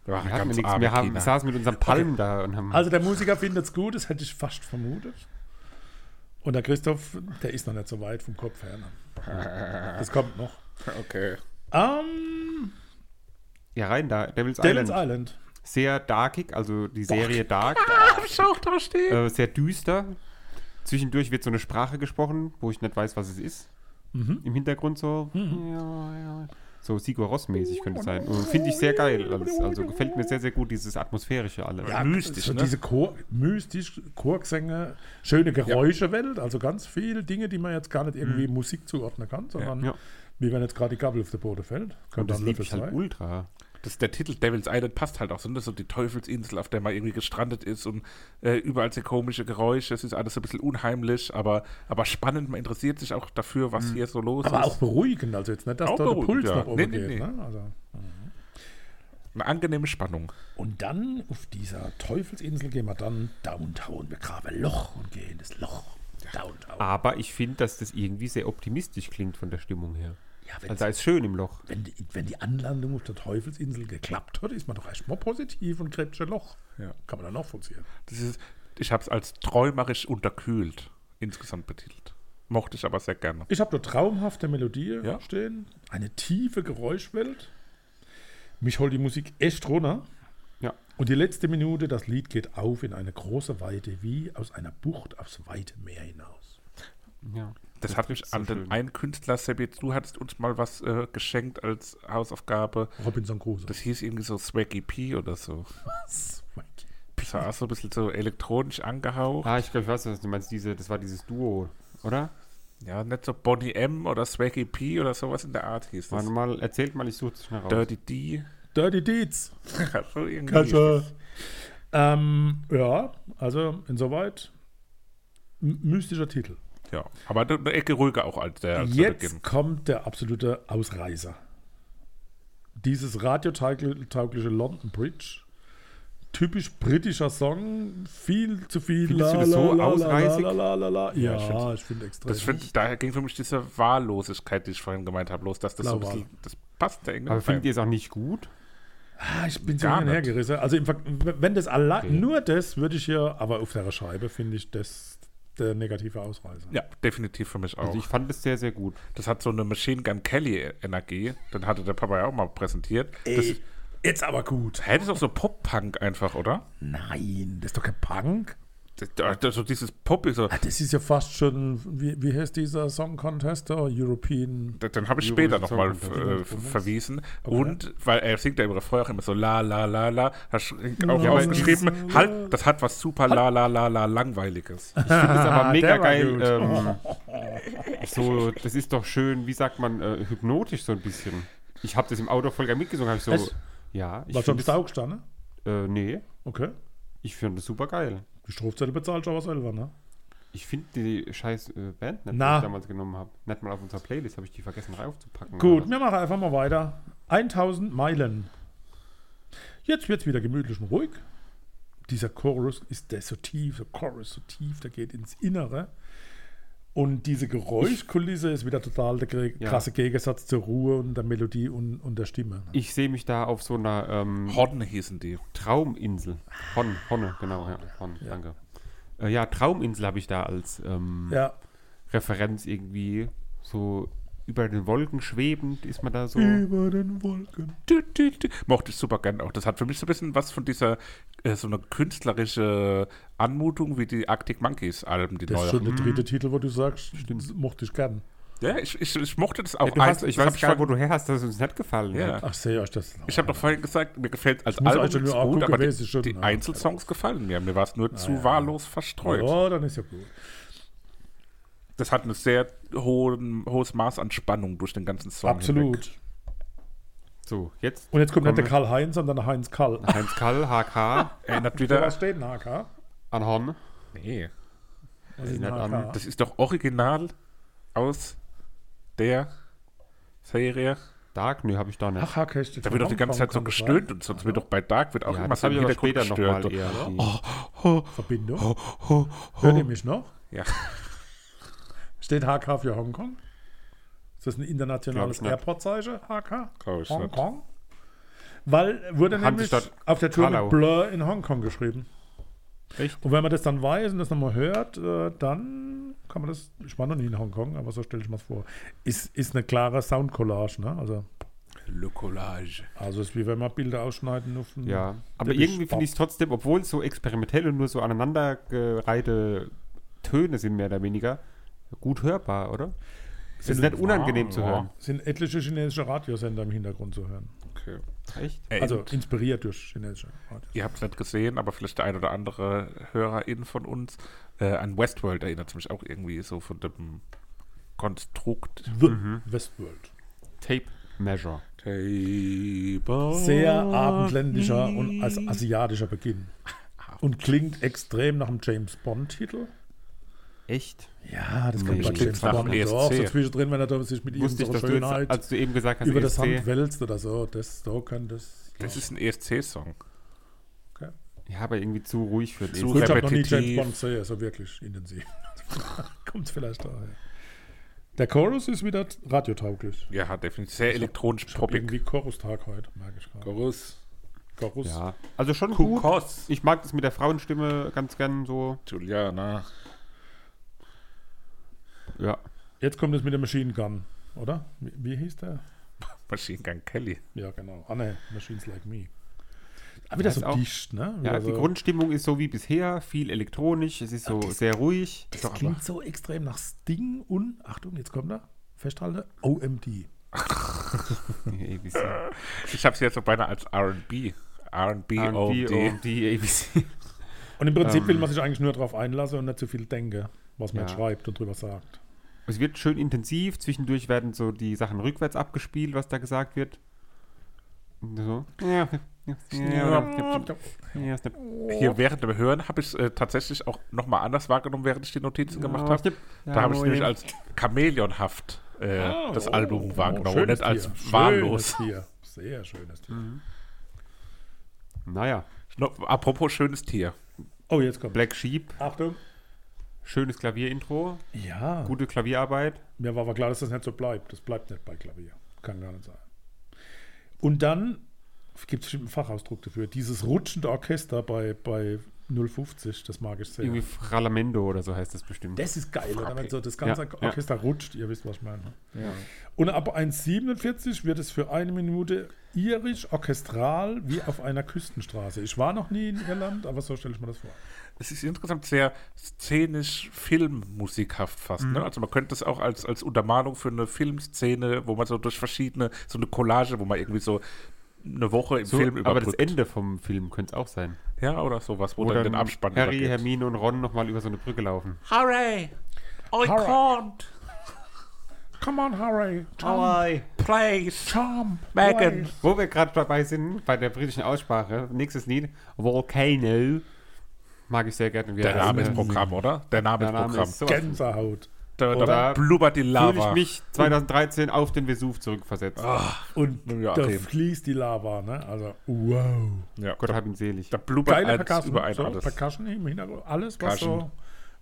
S1: Wir waren
S3: Wir hatten
S1: ganz
S3: nichts.
S1: arme
S3: Wir haben,
S1: Kinder.
S3: saßen mit unseren Palmen da und haben.
S2: Also der Musiker findet es gut, das hätte ich fast vermutet. Und der Christoph, der ist noch nicht so weit vom Kopf her. Ne? Das kommt noch.
S1: Okay.
S2: Ähm,
S3: ja, rein da. Devil's,
S2: Devil's
S3: Island.
S2: Island.
S3: Sehr darkig, also die Serie Dark.
S1: *laughs* Hab ich auch da stehen.
S3: Äh, sehr düster. Zwischendurch wird so eine Sprache gesprochen, wo ich nicht weiß, was es ist. Im Hintergrund so. Ja, ja. So Sigur Ross-mäßig könnte es sein. Und Finde ich sehr geil. alles. Also gefällt mir sehr, sehr gut, dieses atmosphärische alles.
S1: Ja, mystisch,
S2: so
S1: ne?
S2: Also Diese Chor, mystisch, Chorgesänge, schöne Geräuschewelt, also ganz viele Dinge, die man jetzt gar nicht irgendwie
S1: Mhm.
S2: Musik zuordnen kann, sondern
S3: Ja.
S2: wie wenn jetzt gerade die Gabel auf den Boden fällt.
S3: Und
S2: Kommt
S3: das
S2: dann
S3: liebe
S2: Löffel
S3: ich halt
S2: zwei.
S3: ultra.
S1: Das, der Titel Devil's Island passt halt auch so, ne? so die Teufelsinsel, auf der man irgendwie gestrandet ist und äh, überall sind komische Geräusche, es ist alles so ein bisschen unheimlich, aber, aber spannend, man interessiert sich auch dafür, was
S3: Mhm.
S1: hier so los
S2: Aber
S1: ist.
S2: auch beruhigend, also jetzt nicht, dass
S1: Auch
S2: da der
S1: beruhigend,
S2: Puls
S1: ja.
S2: nach oben
S1: Nee, nee,
S2: geht.
S1: nee.
S2: Ne? Also.
S1: Eine angenehme Spannung.
S2: Und dann auf dieser Teufelsinsel gehen wir dann downtown. Wir graben ein Loch und gehen in das Loch. Downtown.
S1: Ah,
S3: Aber ich finde, dass das irgendwie sehr optimistisch klingt von der Stimmung her.
S2: Ja, wenn,
S3: Also da ist schön im Loch.
S2: wenn, die, wenn die Anlandung auf der Teufelsinsel geklappt hat, ist man doch erstmal positiv und gräbt schon ein Loch.
S1: Ja.
S2: Kann man dann auch funktionieren.
S1: Das ist, ich habe es als träumerisch unterkühlt insgesamt betitelt. Mochte ich aber sehr gerne.
S2: Ich habe dort traumhafte Melodie
S1: Ja.
S2: stehen, eine tiefe Geräuschwelt. Mich holt die Musik echt runter.
S3: Ja.
S2: Und die letzte Minute, das Lied geht auf in eine große Weite, wie aus einer Bucht aufs weite Meer hinaus.
S3: ja.
S1: Das, hat mich
S3: trifft's so
S1: an den
S3: schön.
S1: einen Künstler, Sebi, du hattest uns mal was äh, geschenkt als Hausaufgabe.
S2: Robinson Crusoe.
S1: Das hieß irgendwie so Swaggy P oder so. Das war auch so ein bisschen so elektronisch angehaucht.
S3: Ah, ich glaube, ich weiß, was du meinst. Diese, das war dieses Duo, oder?
S1: Ja, nicht so Bonnie M oder Swaggy P oder sowas in der Art hieß das.
S3: Warte mal, erzählt mal, ich suche es schnell raus.
S1: Dirty D. *laughs*
S2: Dirty Deeds.
S1: so irgendwie hieß das.
S2: Kascha. Ähm, ja, also insoweit m- mystischer Titel.
S1: Ja, aber eine Ecke ruhiger auch als der als der
S2: Jetzt kommt der absolute Ausreißer. Dieses radiotaugliche London Bridge. Typisch britischer Song, viel zu viel.
S3: Findest du das so ausreißig?
S2: La, la, la, la. Ja,
S1: ich
S2: ja,
S1: find's-
S2: ich finde extrem.
S1: Das Also find, daher ging für mich diese Wahllosigkeit, die ich vorhin gemeint habe, los, dass das so ein
S2: Blauwahl.
S1: bisschen, das passt da irgendwie.
S3: Aber
S1: rein.
S3: findet ihr es auch nicht gut?
S2: ah, ich bin so
S1: gar
S2: hin und her
S1: nicht.
S2: gerissen. Also, im Ver- wenn das allein,
S3: Okay.
S2: nur das würde ich hier, aber auf der Scheibe finde ich das der negative Ausreißer.
S1: ja, definitiv für mich auch.
S3: Also ich fand es sehr, sehr gut.
S1: das hat so eine Machine Gun Kelly-Energie, den hatte der Papa ja auch mal präsentiert. Das,
S2: jetzt aber gut.
S1: hey, das ist doch so Pop-Punk einfach, oder?
S2: Nein, das ist doch kein Punk.
S1: Das, das, so dieses Pop, so,
S2: Ah, Das ist ja fast schon, wie, wie heißt dieser Song Contest? da? European.
S1: Das- Dann habe ich
S3: Eurovision
S1: später
S3: Song
S1: nochmal
S3: Contest.
S1: äh, verwiesen. Und weil er singt ja im Refrain auch immer so la la la la, hat Schrink auch
S2: Ja,
S3: aber
S1: geschrieben, halt, das hat was super la la la la
S2: *laughs*
S1: langweiliges.
S3: Ich finde es aber mega
S2: der war
S3: geil.
S2: gut. Oh.
S3: Ähm, so, das ist doch schön, wie sagt man, äh, hypnotisch so ein bisschen. Ich habe das im Auto voll gerne mitgesungen, habe ich so.
S2: Es-
S3: Ja, ich
S2: Was schon
S3: finde
S2: bist du auch gestanden?
S3: äh, nee,
S2: Okay.
S3: ich finde das super geil.
S2: Die Strafzettel bezahlst du aber selber, ne?
S3: Ich finde die scheiß äh, Band nicht,
S2: Na.
S3: die ich damals genommen habe. Nicht mal auf unserer Playlist habe ich die vergessen raufzupacken.
S2: Gut,
S3: Alter.
S2: wir machen einfach mal weiter. 1000 Meilen. Jetzt wird es wieder gemütlich und ruhig. Dieser Chorus ist der ist so tief, der Chorus so tief, der geht ins Innere. Und diese Geräuschkulisse ist wieder total der gre-
S3: Ja.
S2: krasse Gegensatz zur Ruhe und der Melodie und, und der Stimme. ne?
S3: Ich sehe mich da auf so einer ähm,
S1: Horn hießen die.
S3: Trauminsel. Hon, Honne, genau, ja. Hon, danke. Äh, ja, Trauminsel habe ich da als ähm,
S2: Ja.
S3: Referenz irgendwie. So über den Wolken schwebend ist man da so.
S2: Über den Wolken.
S1: Dü, dü, dü. Mochte ich super gern auch. Das hat für mich so ein bisschen was von dieser, äh, so eine künstlerische Anmutung wie die Arctic Monkeys Alben, die
S2: Das ist
S1: neue.
S2: schon der dritte Titel, wo du sagst, das mochte ich gern.
S1: Ja, ich, ich, ich mochte das auch.
S3: Du
S1: Eins,
S3: hast, ich
S1: das hab
S3: weiß gar nicht, wo
S1: vorhin-
S3: du her hast, dass es uns nicht gefallen
S1: Ja.
S3: hat.
S2: Ach, sehe ich das.
S1: Ich habe doch vorhin gesagt, mir gefällt als
S2: muss
S1: Album
S2: also
S1: nichts
S2: nur auch
S1: gut,
S2: gucken,
S1: aber
S2: wer
S1: die,
S2: ist es schon,
S1: die
S2: ne?
S1: Einzelsongs gefallen mir. Mir war es nur zu wahllos verstreut.
S2: Ja, dann ist ja gut.
S1: Das hat ein sehr hohen, hohes Maß an Spannung durch den ganzen Song.
S2: Absolut.
S1: Hinweg.
S3: So, jetzt.
S2: Und jetzt kommt nicht der
S3: Kommen-
S1: ne?
S2: Karl-Heinz, sondern der Heinz-Karl.
S3: Heinz Kall, HK,
S1: Erinnert
S2: Für was
S1: wieder.
S2: steht ein HK?
S3: an Hon.
S1: Nee.
S2: Was ist ein
S3: Erinnert an-
S2: HK?
S1: Das ist doch original aus der Serie.
S3: Dark, nö, habe ich da nicht.
S2: Ach, HK ist
S1: Da wird doch die ganze Zeit so gestöhnt und sonst wird doch bei Dark wird auch
S3: ja,
S1: immer
S3: das
S1: so
S3: habe
S1: im
S3: ich aber
S1: Hintergrund
S3: später nochmal
S1: gestört.
S3: eher.
S2: Oh,
S3: die-
S2: Verbindung. Hört ihr mich noch?
S1: Ja.
S2: Steht HK für Hongkong? Ist das ein internationales
S3: Glaub ich nicht.
S2: Airport-Zeichen? HK?
S1: Glaub ich
S2: Hongkong? Weil wurde nämlich
S3: Hansestadt
S2: auf der Tour
S3: Karlau.
S2: mit Blur in Hongkong geschrieben.
S3: Echt?
S2: Und wenn man das dann weiß und das nochmal hört, äh, dann kann man das. Ich war noch nie in Hongkong, aber so stelle ich mir vor. Ist, ist eine klare Soundcollage, ne? Also,
S1: Le Collage.
S2: also ist wie wenn man Bilder ausschneiden auf einen-
S3: Ja, aber
S2: Der
S3: irgendwie
S2: Gespa-
S3: finde ich es trotzdem, obwohl es so experimentelle, nur so aneinandergereihte Töne sind, mehr oder weniger, gut hörbar, oder? Es ist nicht unangenehm zu
S1: ja.
S3: hören.
S2: Sind etliche chinesische Radiosender im Hintergrund zu hören.
S1: Okay.
S3: Echt?
S1: Also,
S2: Also inspiriert durch chinesische Radios.
S1: ihr habt es nicht gesehen, aber vielleicht der ein oder andere HörerIn von uns äh, an Westworld erinnert es mich auch irgendwie so von dem Konstrukt.
S2: The
S3: Mhm.
S2: Westworld.
S3: Tape Measure.
S2: Sehr
S1: Oh,
S2: abendländischer und als asiatischer Beginn. Und klingt extrem nach einem James Bond-Titel.
S3: Echt?
S2: Ja, das
S3: Nee,
S2: kommt bei
S1: klingt's
S2: James
S1: nach
S2: Bond.
S1: dem
S2: Doch, so
S1: ESC.
S2: zwischendrin, wenn er da sich mit
S3: Wusste
S2: irgendeiner
S3: ich, dass du jetzt,
S2: Schönheit
S3: als du eben gesagt hast, E
S2: über das
S3: ESC,
S2: Hand wälzt oder so. Das, so kann das.
S1: Das ist ein E ESC-Song.
S2: Okay.
S3: Ja, aber irgendwie zu ruhig für den
S1: Zu-
S3: ESC.
S2: Gut, ich habe noch nie
S1: repetitiv.
S2: James Bond gesehen, so wirklich *laughs* intensiv. kommt vielleicht daher. Der Chorus ist wieder radiotauglich.
S1: Ja, definitiv. Sehr elektronisch
S2: Ich hab
S1: poppig.
S2: irgendwie Chorus-Tag heute, merke ich gerade.
S1: Chorus.
S2: Chorus.
S3: Ja, also schon gut.
S1: Kukos.
S3: Ich mag das mit der Frauenstimme ganz gern so.
S1: Juliana.
S3: Ja.
S2: Jetzt kommt es mit der Machine Gun, oder? Wie, wie hieß der?
S1: Machine Gun Kelly.
S2: Ja, genau. Ah, ne, Machines Like Me. Aber wieder
S3: Ja,
S2: so
S3: ist auch-
S2: dicht, ne?
S3: Ja,
S2: Wieder
S3: die
S2: so-
S3: Grundstimmung ist so wie bisher, viel elektronisch, es ist so
S2: das-
S3: sehr ruhig.
S2: Das
S1: Doch, aber-
S2: klingt so extrem nach Sting und, Achtung, jetzt kommt er, festhalte, OMD.
S3: ABC.
S1: Ich habe sie jetzt so beinahe als RB. RB OMD.
S3: Ähm, die ABC.
S2: Und im Prinzip
S3: Ähm.
S2: will man sich eigentlich nur darauf einlassen und nicht zu viel denken, was man
S3: Ja.
S2: jetzt schreibt und drüber sagt.
S3: *laughs* Es wird schön intensiv, zwischendurch werden so die Sachen rückwärts abgespielt, was da gesagt wird. So. Ja, ja, ja, ja, snap.
S2: oh.
S1: Hier während dem Hören habe ich es äh, tatsächlich auch nochmal anders wahrgenommen, während ich die Notizen gemacht
S3: Ja,
S1: habe.
S3: snap.
S1: Da habe ich es
S3: Ja,
S1: nämlich
S3: ja.
S1: als chameleonhaft äh, das
S2: Oh,
S1: Album wahrgenommen
S2: schönes
S1: und nicht als
S2: Tier.
S1: wahllos.
S2: Schönes Tier. Sehr schönes Tier.
S3: Naja,
S1: No, apropos schönes Tier.
S2: Oh, jetzt kommt.
S3: Black Sheep,
S2: Achtung.
S3: schönes Klavierintro,
S2: Ja,
S3: gute Klavierarbeit.
S2: mir war aber klar, dass das nicht so bleibt. Das bleibt nicht bei Klavier. Kann gar nicht sein. Und dann gibt es bestimmt einen Fachausdruck dafür. Dieses rutschende Orchester bei, bei 050, das mag ich sehr.
S3: Irgendwie Fralamendo oder so heißt das bestimmt.
S2: Das ist geil, oder? wenn so das ganze
S3: Ja, ja.
S2: Orchester rutscht, ihr wisst, was ich meine. Und ab 1,47 wird es für eine Minute irisch, orchestral, wie auf einer Küstenstraße. Ich war noch nie in Irland, aber so stelle ich mir das vor.
S1: Es ist insgesamt sehr szenisch filmmusikhaft fast. Ne? Also man könnte das auch als, als Untermalung für eine Filmszene, wo man so durch verschiedene, so eine Collage, wo man irgendwie so eine Woche im
S3: So,
S1: Film
S3: aber das
S1: überbrückt.
S3: Ende vom Film könnte es auch sein.
S1: ja, oder sowas, wo
S3: Wo
S1: dann
S3: dann
S1: den Abspann
S3: Harry,
S1: übergeht.
S3: Hermine und Ron nochmal über so eine Brücke laufen.
S4: Hooray! I
S2: Hooray.
S4: can't.
S2: Come on, Harry.
S4: I Please.
S2: Charm.
S4: Megan.
S2: Blaze.
S3: Wo wir gerade dabei sind, bei der britischen Aussprache, nächstes Lied, Volcano. Mag ich sehr gerne. wie er
S1: Der
S3: das
S1: Name ist
S3: nennt.
S1: Programm, oder? Der Name
S3: ähm, Der
S1: ist
S3: Name
S1: Programm.
S3: ist sowas.
S2: Gänsehaut.
S1: da, da
S3: Oder
S1: blubbert die
S3: Fühle
S1: Lava.
S3: ich mich 2013 auf den Vesuv zurückversetzt.
S2: Und
S1: Ja,
S2: da
S1: eben.
S2: fließt die Lava, ne? Also, wow.
S1: ja.
S3: Gott hab ihn selig.
S1: Da blubbert
S2: Geile
S1: eins über
S2: Percussion.
S1: ein
S2: So,
S1: alles.
S2: Percussion im Hintergrund. Alles, was so,
S1: Percussion.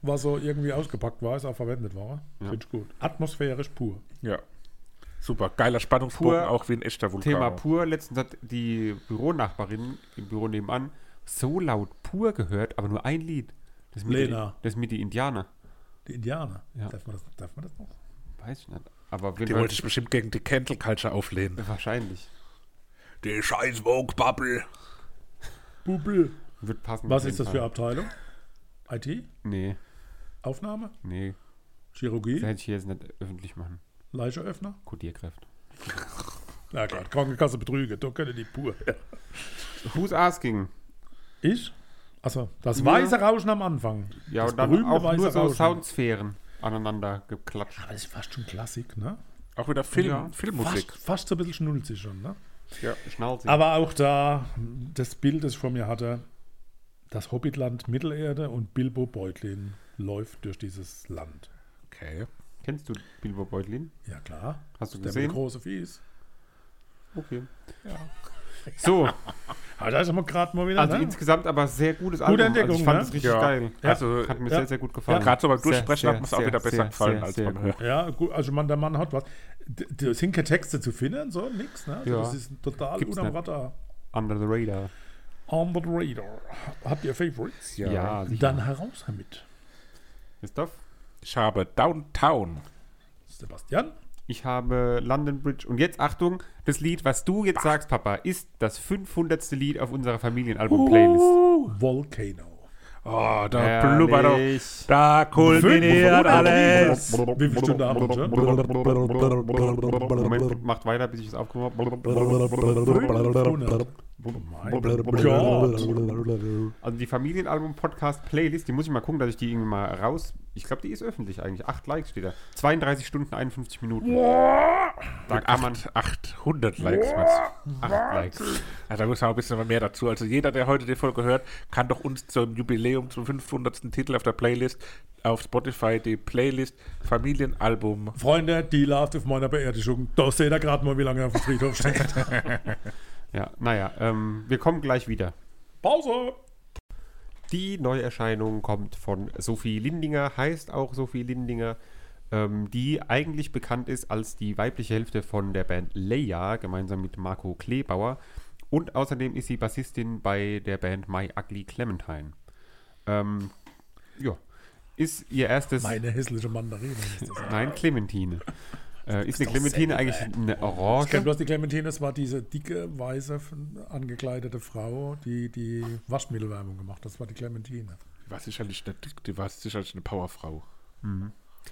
S2: was so irgendwie ausgepackt war, ist auch verwendet worden. Finde ich gut. Atmosphärisch pur.
S1: Ja. Super, geiler Spannungsbogen,
S3: Pur-
S1: auch wie ein echter Vulkan.
S3: Thema pur. Letztens hat die Büronachbarin im Büro nebenan so laut pur gehört, aber nur ein Lied. Das mit,
S2: Lena.
S3: Die, das mit die Indianer.
S2: Die Indianer.
S3: Ja.
S2: Darf, man das, darf man das noch?
S3: Weiß ich nicht. Aber auf jeden
S1: Die
S3: Fall-
S1: wollte ich bestimmt gegen die Cancel Culture auflehnen.
S3: wahrscheinlich.
S1: Die scheiß Vogue-Bubble.
S2: Bubble.
S3: Wird passen.
S2: Was
S3: auf
S2: ist das
S3: jeden
S2: für eine
S3: Fall.
S2: Abteilung? IT?
S3: Nee,
S2: Aufnahme?
S3: nee. Das
S2: Chirurgie?
S3: hätte ich hier jetzt nicht öffentlich machen.
S2: Leicheöffner?
S3: Kodierkräfte.
S2: Na klar, Krankenkasse betrüge, da können die pur.
S3: Who's asking?
S2: Ich? Achso, das
S3: Ja.
S2: weiße Rauschen am Anfang.
S3: Ja,
S2: das
S3: und dann
S2: berühmte
S3: auch
S2: weiße
S3: nur so
S2: Rauschen.
S3: Soundsphären aneinander geklatscht.
S2: Aber das ist fast schon Klassik, ne?
S1: Auch wieder Film,
S3: Ja.
S1: Filmmusik.
S2: Fast, fast so ein bisschen schnulzig schon, ne?
S3: Ja, Schnauze.
S2: Aber auch da, das Bild, das ich vor mir hatte, das Hobbitland Mittelerde und Bilbo Beutlin läuft durch dieses Land.
S1: Okay.
S3: Kennst du Bilbo Beutlin?
S2: Ja klar,
S3: Hast du
S2: der mit
S3: gesehen?
S2: große Fies.
S3: Okay. So,
S2: Ah, da ist er mal gerade mal wieder,
S3: also
S2: ne?
S3: insgesamt aber sehr gutes Album. Also
S2: Entdeckung,
S3: ich fand
S2: ne?
S3: es richtig
S1: Ja.
S3: geil.
S1: Ja. Also,
S3: hat mir
S2: ja.
S3: sehr, sehr gut gefallen.
S2: Ja.
S1: Gerade so beim
S3: Sehr,
S1: Durchsprechen
S3: sehr,
S1: hat mir es auch
S3: sehr,
S1: wieder besser
S3: sehr,
S1: gefallen
S3: sehr,
S1: als
S3: sehr
S1: beim
S3: gut.
S1: Hören.
S2: Ja, gut, also man, der Mann hat was. D- d- Sind keine Texte zu finden, so nix, ne? Also
S3: Ja.
S2: Das ist total
S3: Gibt's
S2: unterm
S3: nicht.
S2: Radar.
S3: Under the Radar.
S2: On the radar. Habt ihr Favorites?
S1: Ja.
S3: sicher.
S2: Dann heraus damit.
S3: Christoph?
S1: Ich habe Downtown.
S2: Sebastian?
S3: Ich habe London Bridge. Und jetzt Achtung, das Lied, was du jetzt sagst, Papa, ist das 500. Lied auf unserer Familienalbum-Playlist.
S2: Volcano.
S3: Ah,
S1: Oh, da
S2: Uh,
S3: Herrlich.
S1: blubbert auch. Da kulminiert alles.
S2: Wie viel Stunden haben wir schon?
S3: Moment, macht weiter, bis ich es aufgemacht habe.
S2: 500. Gott.
S3: Also die Familienalbum-Podcast-Playlist, die muss ich mal gucken, dass ich die irgendwie mal raus... Ich glaube, die ist öffentlich eigentlich. Acht Likes steht da. 32 Stunden, 51 Minuten. Da
S1: Mit
S3: kann man
S1: acht, 800 Likes, Max.
S3: acht Likes.
S1: Ja, da muss man ein bisschen mehr dazu. Also jeder, der heute die Folge hört, kann doch uns zum Jubiläum, zum 500. Titel auf der Playlist, auf Spotify die Playlist Familienalbum.
S2: Freunde, die lasst auf meiner Beerdigung. Da seht ihr gerade mal, wie lange er auf dem Friedhof
S3: *laughs*
S2: steht.
S3: Ja, naja, ähm, wir kommen gleich wieder.
S2: Pause.
S3: Die Neuerscheinung kommt von Sophie Lindinger, heißt auch Sophie Lindinger, ähm, die eigentlich bekannt ist als die weibliche Hälfte von der Band Leia, gemeinsam mit Marco Klebauer. Und außerdem ist sie Bassistin bei der Band My Ugly Clementine. Ähm, ja, ist ihr erstes.
S2: Meine hässliche Mandarine. ist das.
S3: Nein, Clementine. Äh, ist eine Clementine eigentlich eine
S2: Ich kenne
S3: Orange?
S2: bloß die Clementine, das war diese dicke, weiße, f- angekleidete Frau, die die Waschmittelwerbung gemacht hat. Das war die Clementine.
S1: Die war sicherlich eine, dick- die war sicherlich eine Powerfrau.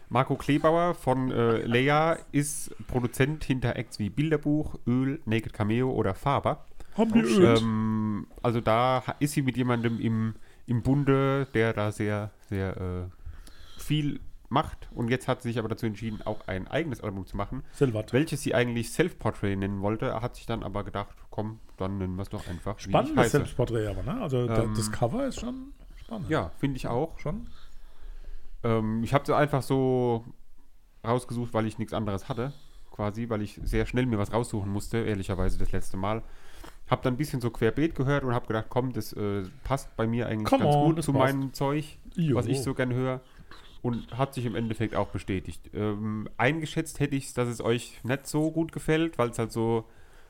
S3: Marco Klebauer von äh, Lea ist Produzent hinter Acts wie Bilderbuch, Öl, Naked Cameo oder Faber.
S2: Haben wir
S3: Ähm, also da ha- ist sie mit jemandem im, im Bunde, der da sehr, sehr äh, viel macht. Und jetzt hat sie sich aber dazu entschieden, auch ein eigenes Album zu machen,
S2: Silvat.
S3: welches sie eigentlich Self-Portrait nennen wollte, hat sich dann aber gedacht, komm, dann nennen wir es doch einfach. wie ich
S2: Spannendes
S3: heiße.
S2: Selbstporträt aber, ne? Also da-
S3: Ähm,
S2: das Cover ist schon spannend.
S3: Ja, finde ich auch.
S2: Schon?
S3: Ähm, ich habe es einfach so rausgesucht, weil ich nichts anderes hatte, quasi, weil ich sehr schnell mir was raussuchen musste, ehrlicherweise das letzte Mal. Habe dann ein bisschen so querbeet gehört und habe gedacht, komm, das äh, passt bei mir eigentlich
S2: Come
S3: ganz
S2: on,
S3: gut
S2: das
S3: zu
S2: passt.
S3: meinem Zeug,
S2: Jo.
S3: was ich so gern höre. Und hat sich im Endeffekt auch bestätigt. Ähm, eingeschätzt hätte ich es, dass es euch nicht so gut gefällt, weil es halt so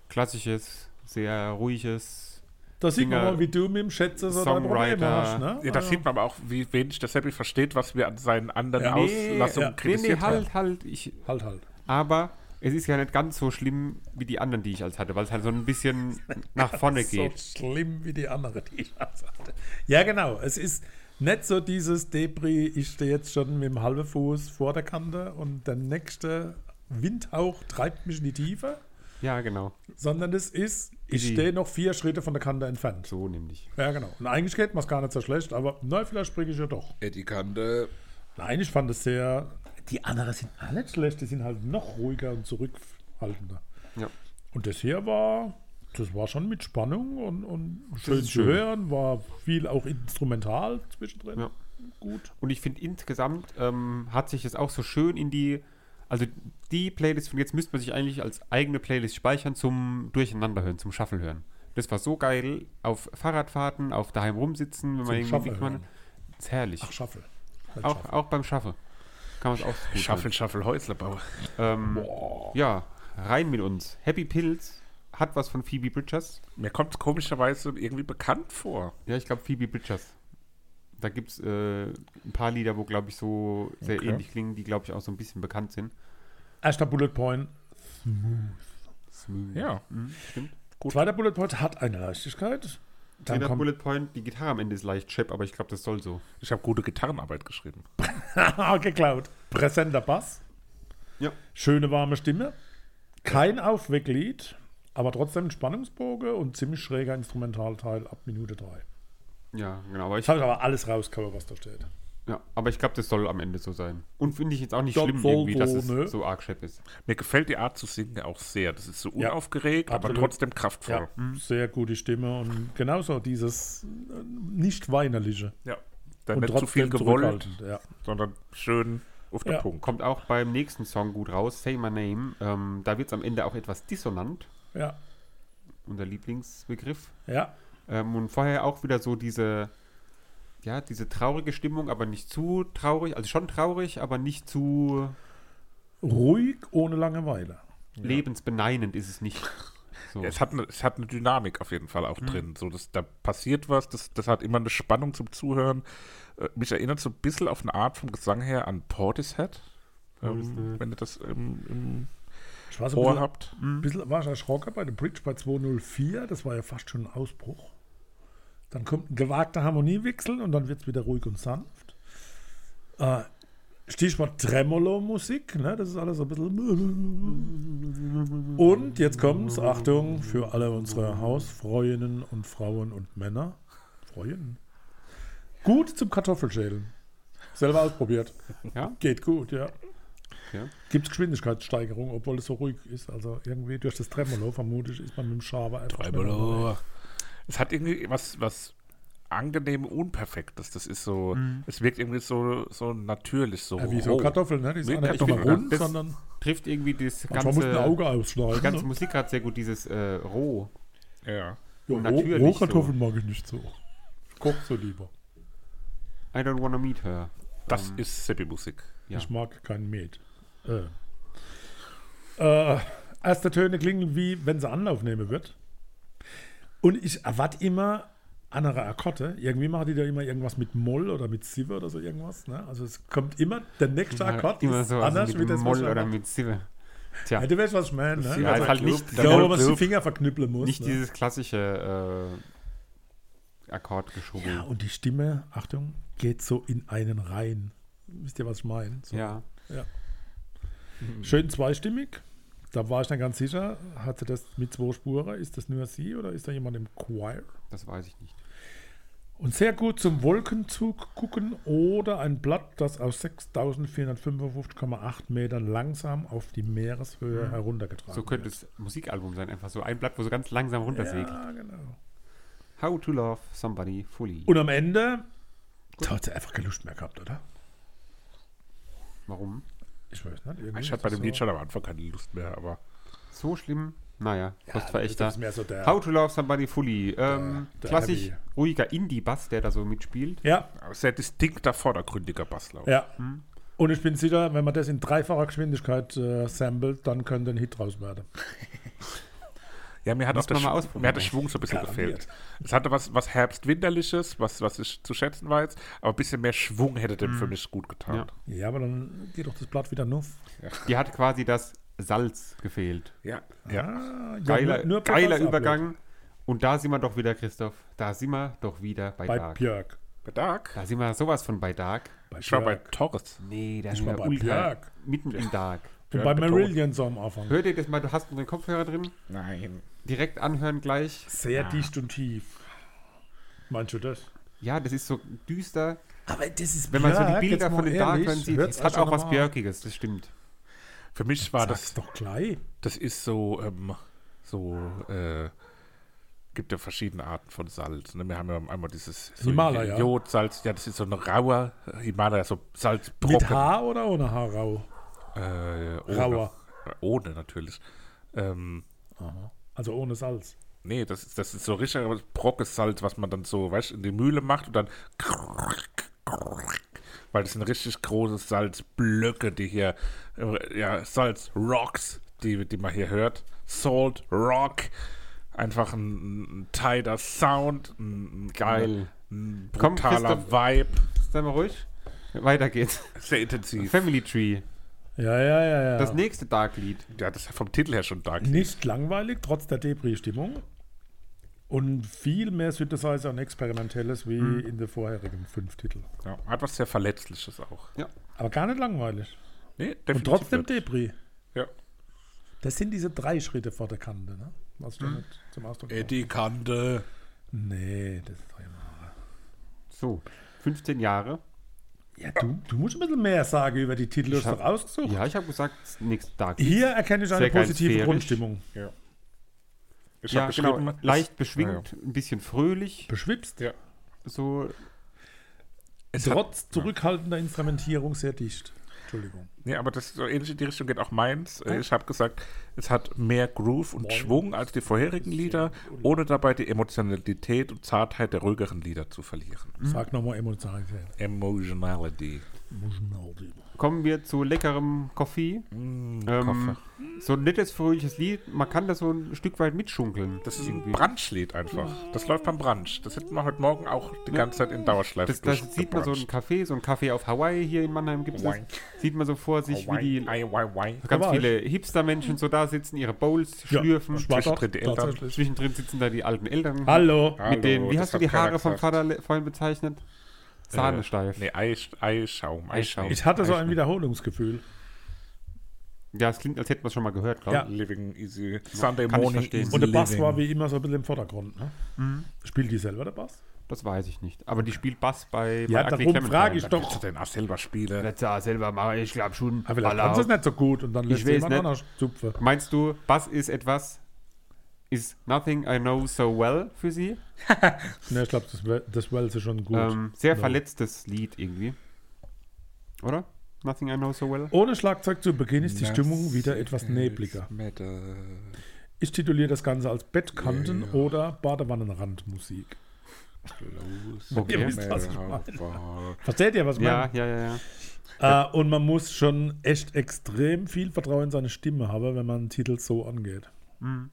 S3: klassisches, sehr ruhiges.
S2: Da sieht man
S3: Singer-
S2: mal, wie du mit dem Schätze so dein Problem
S3: Songwriter.
S2: hast, ne?
S1: Ja, da sieht man aber auch, wie wenig der Seppi versteht, was wir an seinen anderen
S2: Ja. Nee,
S1: Auslassungen
S2: ja.
S3: Nee, nee,
S1: kritisiert haben.
S3: halt, halt. Ich,
S2: Halt, halt.
S3: Aber es ist ja nicht ganz so schlimm wie die anderen, die ich als hatte, weil es halt so
S2: *laughs*
S3: ein bisschen nach vorne geht.
S2: So schlimm wie die andere, die ich das hatte. Ja, genau. Es ist nicht so dieses Debris, ich stehe jetzt schon mit dem halben Fuß vor der Kante und der nächste Windhauch treibt mich in die Tiefe,
S3: Ja, genau.
S2: sondern es ist, ich
S3: Easy.
S2: stehe noch vier Schritte von der Kante entfernt.
S3: So nämlich.
S2: Ja, genau. Und eigentlich geht man es gar nicht so schlecht, aber nein, vielleicht springe ich ja doch.
S1: Eddie Kante.
S2: Nein, ich fand es sehr. Die anderen sind alle nicht schlecht, die sind halt noch ruhiger und zurückhaltender.
S3: Ja.
S2: Und das hier war, das war schon mit Spannung und, und schön
S3: ist
S2: zu
S3: schön.
S2: hören, war viel auch instrumental zwischendrin.
S3: Ja.
S2: Gut.
S3: Und ich finde insgesamt ähm, hat sich das auch so schön in die. Also die Playlist von jetzt müsste man sich eigentlich als eigene Playlist speichern zum Durcheinander hören, zum Shuffle hören. Das war so geil auf Fahrradfahrten, auf daheim rumsitzen, wenn man irgendwie.
S2: Shuffle
S3: Shuffle man,
S2: hören.
S3: ist herrlich.
S2: Ach, Shuffle. Halt
S3: auch,
S2: Shuffle.
S3: auch beim Shuffle. Kann man es auch gut hören.
S1: Schaffel, Schaffel, Häuslebau.
S3: Ähm, ja, rein mit uns. Happy Pills hat was von Phoebe Bridgers.
S1: Mir kommt es komischerweise irgendwie bekannt vor.
S3: Ja, ich glaube Phoebe Bridgers. Da gibt es äh, ein paar Lieder, wo, glaube ich, so sehr
S1: Okay.
S3: ähnlich klingen, die, glaube ich, auch so ein bisschen bekannt sind.
S2: Erster Bullet Point.
S3: Smooth.
S1: Ja.
S3: Mhm, stimmt.
S2: Zweiter Bullet Point hat eine Leichtigkeit. Dann
S3: Jeder
S2: kommt
S3: Bullet Point, die Gitarre am Ende ist leicht schepp, aber ich glaube, das soll so.
S1: Ich habe gute Gitarrenarbeit geschrieben.
S2: *laughs* Ah, geklaut. Präsenter Bass.
S3: Ja.
S2: Schöne warme Stimme. Kein Aufwecklied, aber trotzdem ein Spannungsbogen und ziemlich schräger Instrumentalteil ab Minute 3.
S3: Ja, genau. Aber ich,
S2: Ich habe aber alles rausgehauen, was da steht.
S3: ja, aber ich glaube, das soll am Ende so sein. Und finde ich jetzt auch nicht
S2: Das
S3: schlimm,
S2: soll
S3: irgendwie, dass
S2: so,
S3: es
S2: ne?
S3: so arg schepp ist.
S1: Mir gefällt die Art zu singen auch sehr. Das ist so
S2: Ja.
S1: unaufgeregt, aber
S2: Absolut.
S1: trotzdem kraftvoll.
S2: Ja,
S3: Mhm.
S2: sehr gute Stimme und genauso dieses äh, nicht weinerliche.
S1: Ja. Da
S2: und
S1: nicht zu viel gewollt,
S2: zurückhaltend, Ja.
S1: sondern schön auf den
S2: Ja.
S1: Punkt.
S3: Kommt auch beim nächsten Song gut raus, Say My Name. Ähm, da wird es am Ende auch etwas dissonant,
S2: ja,
S3: unser Lieblingsbegriff.
S2: ja.
S3: Ähm, und vorher auch wieder so diese, ja, diese traurige Stimmung, aber nicht zu traurig, also schon traurig, aber nicht zu
S2: Ruhig, ohne Langeweile.
S3: lebensbeneinend ist es nicht.
S2: *laughs*
S3: So.
S1: Es hat, eine, es hat eine Dynamik auf jeden Fall
S2: Mhm.
S1: auch drin. So, dass, da passiert was, das, das hat immer eine Spannung zum Zuhören. Äh, mich erinnert so ein bisschen auf eine Art vom Gesang her an Portishead. Ähm, wenn ihr das im, im
S2: Ich war so
S1: Ohr
S2: ein
S1: habt.
S2: bisschen, bisschen war ich erschrocken bei der Bridge bei 204. Das war ja fast schon ein Ausbruch. Dann kommt ein gewagter Harmoniewechsel und dann wird es wieder ruhig und sanft. Äh, Stichwort Tremolo-Musik, ne? das ist alles so ein bisschen. *laughs* Und jetzt kommt's, Achtung, für alle unsere Hausfreundinnen und Frauen und Männer. Freuen. Gut zum Kartoffelschälen. Selber ausprobiert.
S3: *laughs* Ja?
S2: Geht gut, ja.
S3: Ja.
S2: Gibt es Geschwindigkeitssteigerung, obwohl es so ruhig ist. Also irgendwie durch das Tremolo vermutlich ist man mit dem Schaber einfach schneller dabei.
S1: Es hat irgendwie was, was angenehm Unperfektes. Das ist so, es wirkt irgendwie so, so natürlich, so.
S2: Mhm. Ja, wie so
S1: roh.
S2: Kartoffeln, ne? Die sind
S1: Mit
S2: auch nicht nochmal
S1: Kartoffeln,
S2: rund,
S1: das-
S2: sondern
S3: Trifft irgendwie das
S2: man muss ein
S3: ganze,
S2: Auge ne?
S3: die ganze
S2: ausschneiden.
S3: Musik gerade sehr gut, dieses äh, Roh.
S1: Ja.
S2: Ne? Ja,
S3: natürlich
S2: Roh- Rohkartoffeln mag ich nicht so. Ich koche so lieber.
S3: I don't wanna meet
S2: Ähm,
S3: her.
S1: Das ist Seppi-Musik.
S3: Ja.
S2: Ich mag kein Met. Äh. Äh, erste Töne klingen wie, wenn sie Anlauf nehmen wird. Und ich erwarte immer andere Akkorde. Irgendwie machen die da immer irgendwas mit Moll oder mit Silber oder so irgendwas. Ne? Also es kommt immer, der nächste Akkord
S3: Immer
S2: ist
S3: so, also
S2: anders
S3: mit
S2: wie das was
S3: Moll
S2: wir
S3: oder
S2: machen.
S3: mit Silber. Tja,
S2: Ja, du weißt, was ich meine. Ne?
S3: ja,
S2: Also,
S3: ist halt nicht,
S2: ich
S1: der
S2: glaube,
S1: Gold
S2: man sich die
S1: Loop.
S2: Finger verknüppeln muss.
S3: nicht
S2: ne?
S3: dieses klassische äh, Akkordgeschubbel.
S2: ja, und die Stimme, Achtung, geht so in einen rein. Wisst ihr, was ich meine? So.
S3: Ja.
S2: Schön zweistimmig. Da war ich dann ganz sicher, hatte das mit zwei Spuren. Ist das nur sie oder ist da jemand im Choir?
S3: das weiß ich nicht.
S2: Und sehr gut zum Wolkenzug gucken oder ein Blatt, das aus 6455,8 Metern langsam auf die Meereshöhe heruntergetragen
S3: So könnte
S2: wird.
S3: es ein Musikalbum sein, einfach so ein Blatt, wo so ganz langsam runtersegelt.
S2: Ja, genau.
S3: How to love somebody fully.
S2: Und am Ende, da hat sie einfach keine Lust mehr gehabt, oder?
S3: Warum?
S2: Ich weiß nicht. irgendwie
S1: Ich hatte
S2: ist
S1: bei
S2: das
S1: dem Lied schon am Anfang keine Lust mehr, aber
S3: So schlimm? Naja,
S2: das
S3: Kostverächter.
S2: ist mehr so der-
S3: How to love somebody fully. Ähm,
S2: der
S3: klassisch
S2: Heavy.
S3: ruhiger Indie-Bass, der da so mitspielt.
S2: Ja,
S1: sehr distinkter, vordergründiger Basslauf.
S2: ja. Und ich bin sicher, wenn man das in dreifacher Geschwindigkeit äh, samplet, dann könnte ein Hit draus werden.
S1: Ja, mir hat
S3: Muss
S1: auch der,
S3: man mal
S1: Schw-
S3: ausprobieren.
S1: mir hat der Schwung so ein bisschen
S2: Garantiert.
S1: gefehlt. Es hatte was, was Herbstwinterliches, was, was ich zu schätzen weiß, aber ein bisschen mehr Schwung hätte dem für mich gut getan.
S3: Ja.
S2: Ja, aber dann geht doch das Blatt wieder nuff.
S3: Die hat quasi das Salz gefehlt.
S1: Ja, ja.
S2: Ah, ja,
S3: Geiler,
S2: nur- nur
S3: geiler
S2: Podcast-Upload.
S3: Übergang. Und da sind wir doch wieder, Christoph. Da sind wir doch wieder bei,
S2: Bei
S3: Dark.
S2: Björk.
S1: Bei Dark.
S3: Da sind wir sowas von bei Dark.
S2: Bei
S1: Ich war bei
S2: Björk.
S1: Torres.
S3: Nee, da
S2: Ich
S3: sind
S2: war
S3: wir
S2: bei
S3: ultra
S2: Björk.
S3: mitten im Dark.
S2: Und
S1: Björk
S2: bei
S1: betont.
S2: Marillion so am Anfang.
S3: Hör dir das mal, du hast unseren Kopfhörer drin.
S1: Nein.
S3: Direkt anhören gleich.
S2: Sehr dicht und tief. Meinst du das?
S3: Ja, das ist so düster.
S2: Aber das ist
S3: Wenn man so die Bilder von den Dark Run sieht, es hat auch was Björkiges, das stimmt.
S1: Für mich war
S2: Das
S1: das,
S2: ist doch gleich.
S1: das ist so, ähm, so, äh, gibt ja verschiedene Arten von Salz. Ne? Wir haben ja einmal dieses so
S2: Himalaya.
S1: Jodsalz, ja, das ist so ein rauer Himalaya, so Salzbrocken.
S2: Mit Haar oder ohne Haar rau?
S1: Äh, ohne,
S2: Rauer.
S1: Ohne natürlich. Ähm,
S2: Also ohne Salz.
S1: Nee, das ist, das ist so richtig Brockessalz, halt, was man dann so, weißt du, in die Mühle macht und dann. Weil das sind richtig große Salzblöcke, die hier. äh, Ja, Salz-Rocks, die, die man hier hört. Salt Rock. Einfach ein, ein tighter Sound. Ein, ein-
S3: Geil.
S1: Ein
S3: Komm,
S1: brutaler
S3: Christoph.
S1: Vibe.
S3: Sei mal ruhig. Weiter geht's.
S1: Sehr intensiv.
S3: Family Tree.
S2: Ja, ja, ja, ja.
S3: Das nächste Dark-Lied.
S1: Ja, das ist ja vom Titel her schon dark.
S2: Nicht langweilig, trotz der Debris-Stimmung. Und viel mehr Synthesizer und Experimentelles wie in den vorherigen fünf Titeln.
S1: Ja, hat was sehr Verletzliches auch.
S2: Aber gar nicht langweilig.
S1: Nee,
S2: Und
S1: definitiv
S2: trotzdem
S1: nicht.
S2: Debris.
S1: Ja.
S2: Das sind diese drei Schritte vor der Kante, ne? Was ich damit zum Ausdruck bringe.
S1: Die Kante.
S2: Nee, das ist doch immer.
S3: So, 15 Jahre.
S2: Ja, du, du musst ein bisschen mehr sagen über die Titel, du hast
S3: hab-
S2: doch ausgesucht.
S3: Ja, ich habe gesagt, das nächste Dark-Lied.
S2: Hier erkenne ich eine
S3: Sehr geil,
S2: positive
S3: sphärisch.
S2: Grundstimmung.
S1: Ich
S3: Ja,
S1: hab
S3: genau.
S1: geschrieben,
S3: Leicht beschwingt, ein bisschen fröhlich.
S2: Beschwipst.
S1: Ja.
S3: So,
S1: es hat-
S2: Trotz zurückhaltender Instrumentierung sehr dicht. Entschuldigung.
S1: Nee, aber das so ähnlich in die Richtung geht auch meins. Äh, Ich habe gesagt, es hat mehr Groove und Schwung als die vorherigen Lieder, ohne dabei die Emotionalität und Zartheit der ruhigeren Lieder zu verlieren.
S2: Sag nochmal Emotionalität.
S1: Emotionality.
S3: kommen wir zu leckerem Koffee. ähm,
S1: Hm, Koffer.
S3: so ein nettes, fröhliches Lied. Man kann das so ein Stück weit mitschunkeln.
S1: Das ist ein Brunchlied einfach. Das läuft beim Brunch. Das hätten wir heute Morgen auch die ganze Zeit in Dauerschleife
S3: Das, das sieht man so einen Kaffee, so ein Kaffee auf Hawaii hier in Mannheim gibt es. das.
S1: Hawaii.
S3: Sieht man so vor sich, wie die ganz
S2: Da war
S3: viele Hipster-Menschen so da sitzen, ihre Bowls schlürfen.
S2: ich war
S1: zwischendrin
S2: dort,
S1: die Eltern.
S2: tatsächlich.
S3: Zwischendrin sitzen da die alten Eltern.
S2: Hallo.
S1: Hallo,
S3: Mit den, wie
S1: das
S3: hast du
S1: hat
S3: die
S1: keiner
S3: Haare vom
S1: gesagt.
S3: Vater le- vorhin bezeichnet? Sahnesteif.
S1: Nee, Eisch- Eischaum. Eischaum.
S2: Ich hatte so ein Wiederholungsgefühl.
S3: Ja, es klingt, als hätten wir es schon mal gehört, glaube
S2: Ja.
S3: ich.
S1: Living easy. Sunday
S3: Kann ich
S1: morning
S3: verstehen.
S1: easy
S2: Und der Bass
S1: living.
S2: war wie immer so ein bisschen im Vordergrund. Ne?
S3: Mhm.
S2: Spielt die selber der Bass?
S3: Das weiß ich nicht. Aber die spielt Bass bei
S2: Ja,
S3: bei Ugly
S2: darum
S3: Clementine.
S2: frage ich
S1: Dann willst
S2: doch.
S1: du den auch selber spielen.
S3: Das sah selber mache ich glaube schon.
S2: Aber Ah, vielleicht
S3: Baller
S2: kann sie es
S3: auf.
S2: nicht so gut und dann lässt
S3: weiß
S2: jemand
S3: nicht.
S2: anders zupfen.
S3: Meinst du, Bass ist etwas, ist nothing I know so well für sie?
S2: Ne, ich glaube, das, wär- das Wells ist schon gut.
S3: Ähm, sehr
S2: Ja.
S3: verletztes Lied irgendwie. Oder? Nothing I know so well?
S2: Ohne Schlagzeug zu Beginn ist die Stimmung wieder etwas nebliger. Ich tituliere das Ganze als Bettkanten- oder Badewannenrandmusik. Oh, Ihr wisst, was ich Versteht ihr, was ich
S3: Ja,
S2: meine?
S3: ja, ja, ja.
S2: Äh, und man muss schon echt extrem viel Vertrauen in seine Stimme haben, wenn man einen Titel so angeht. Und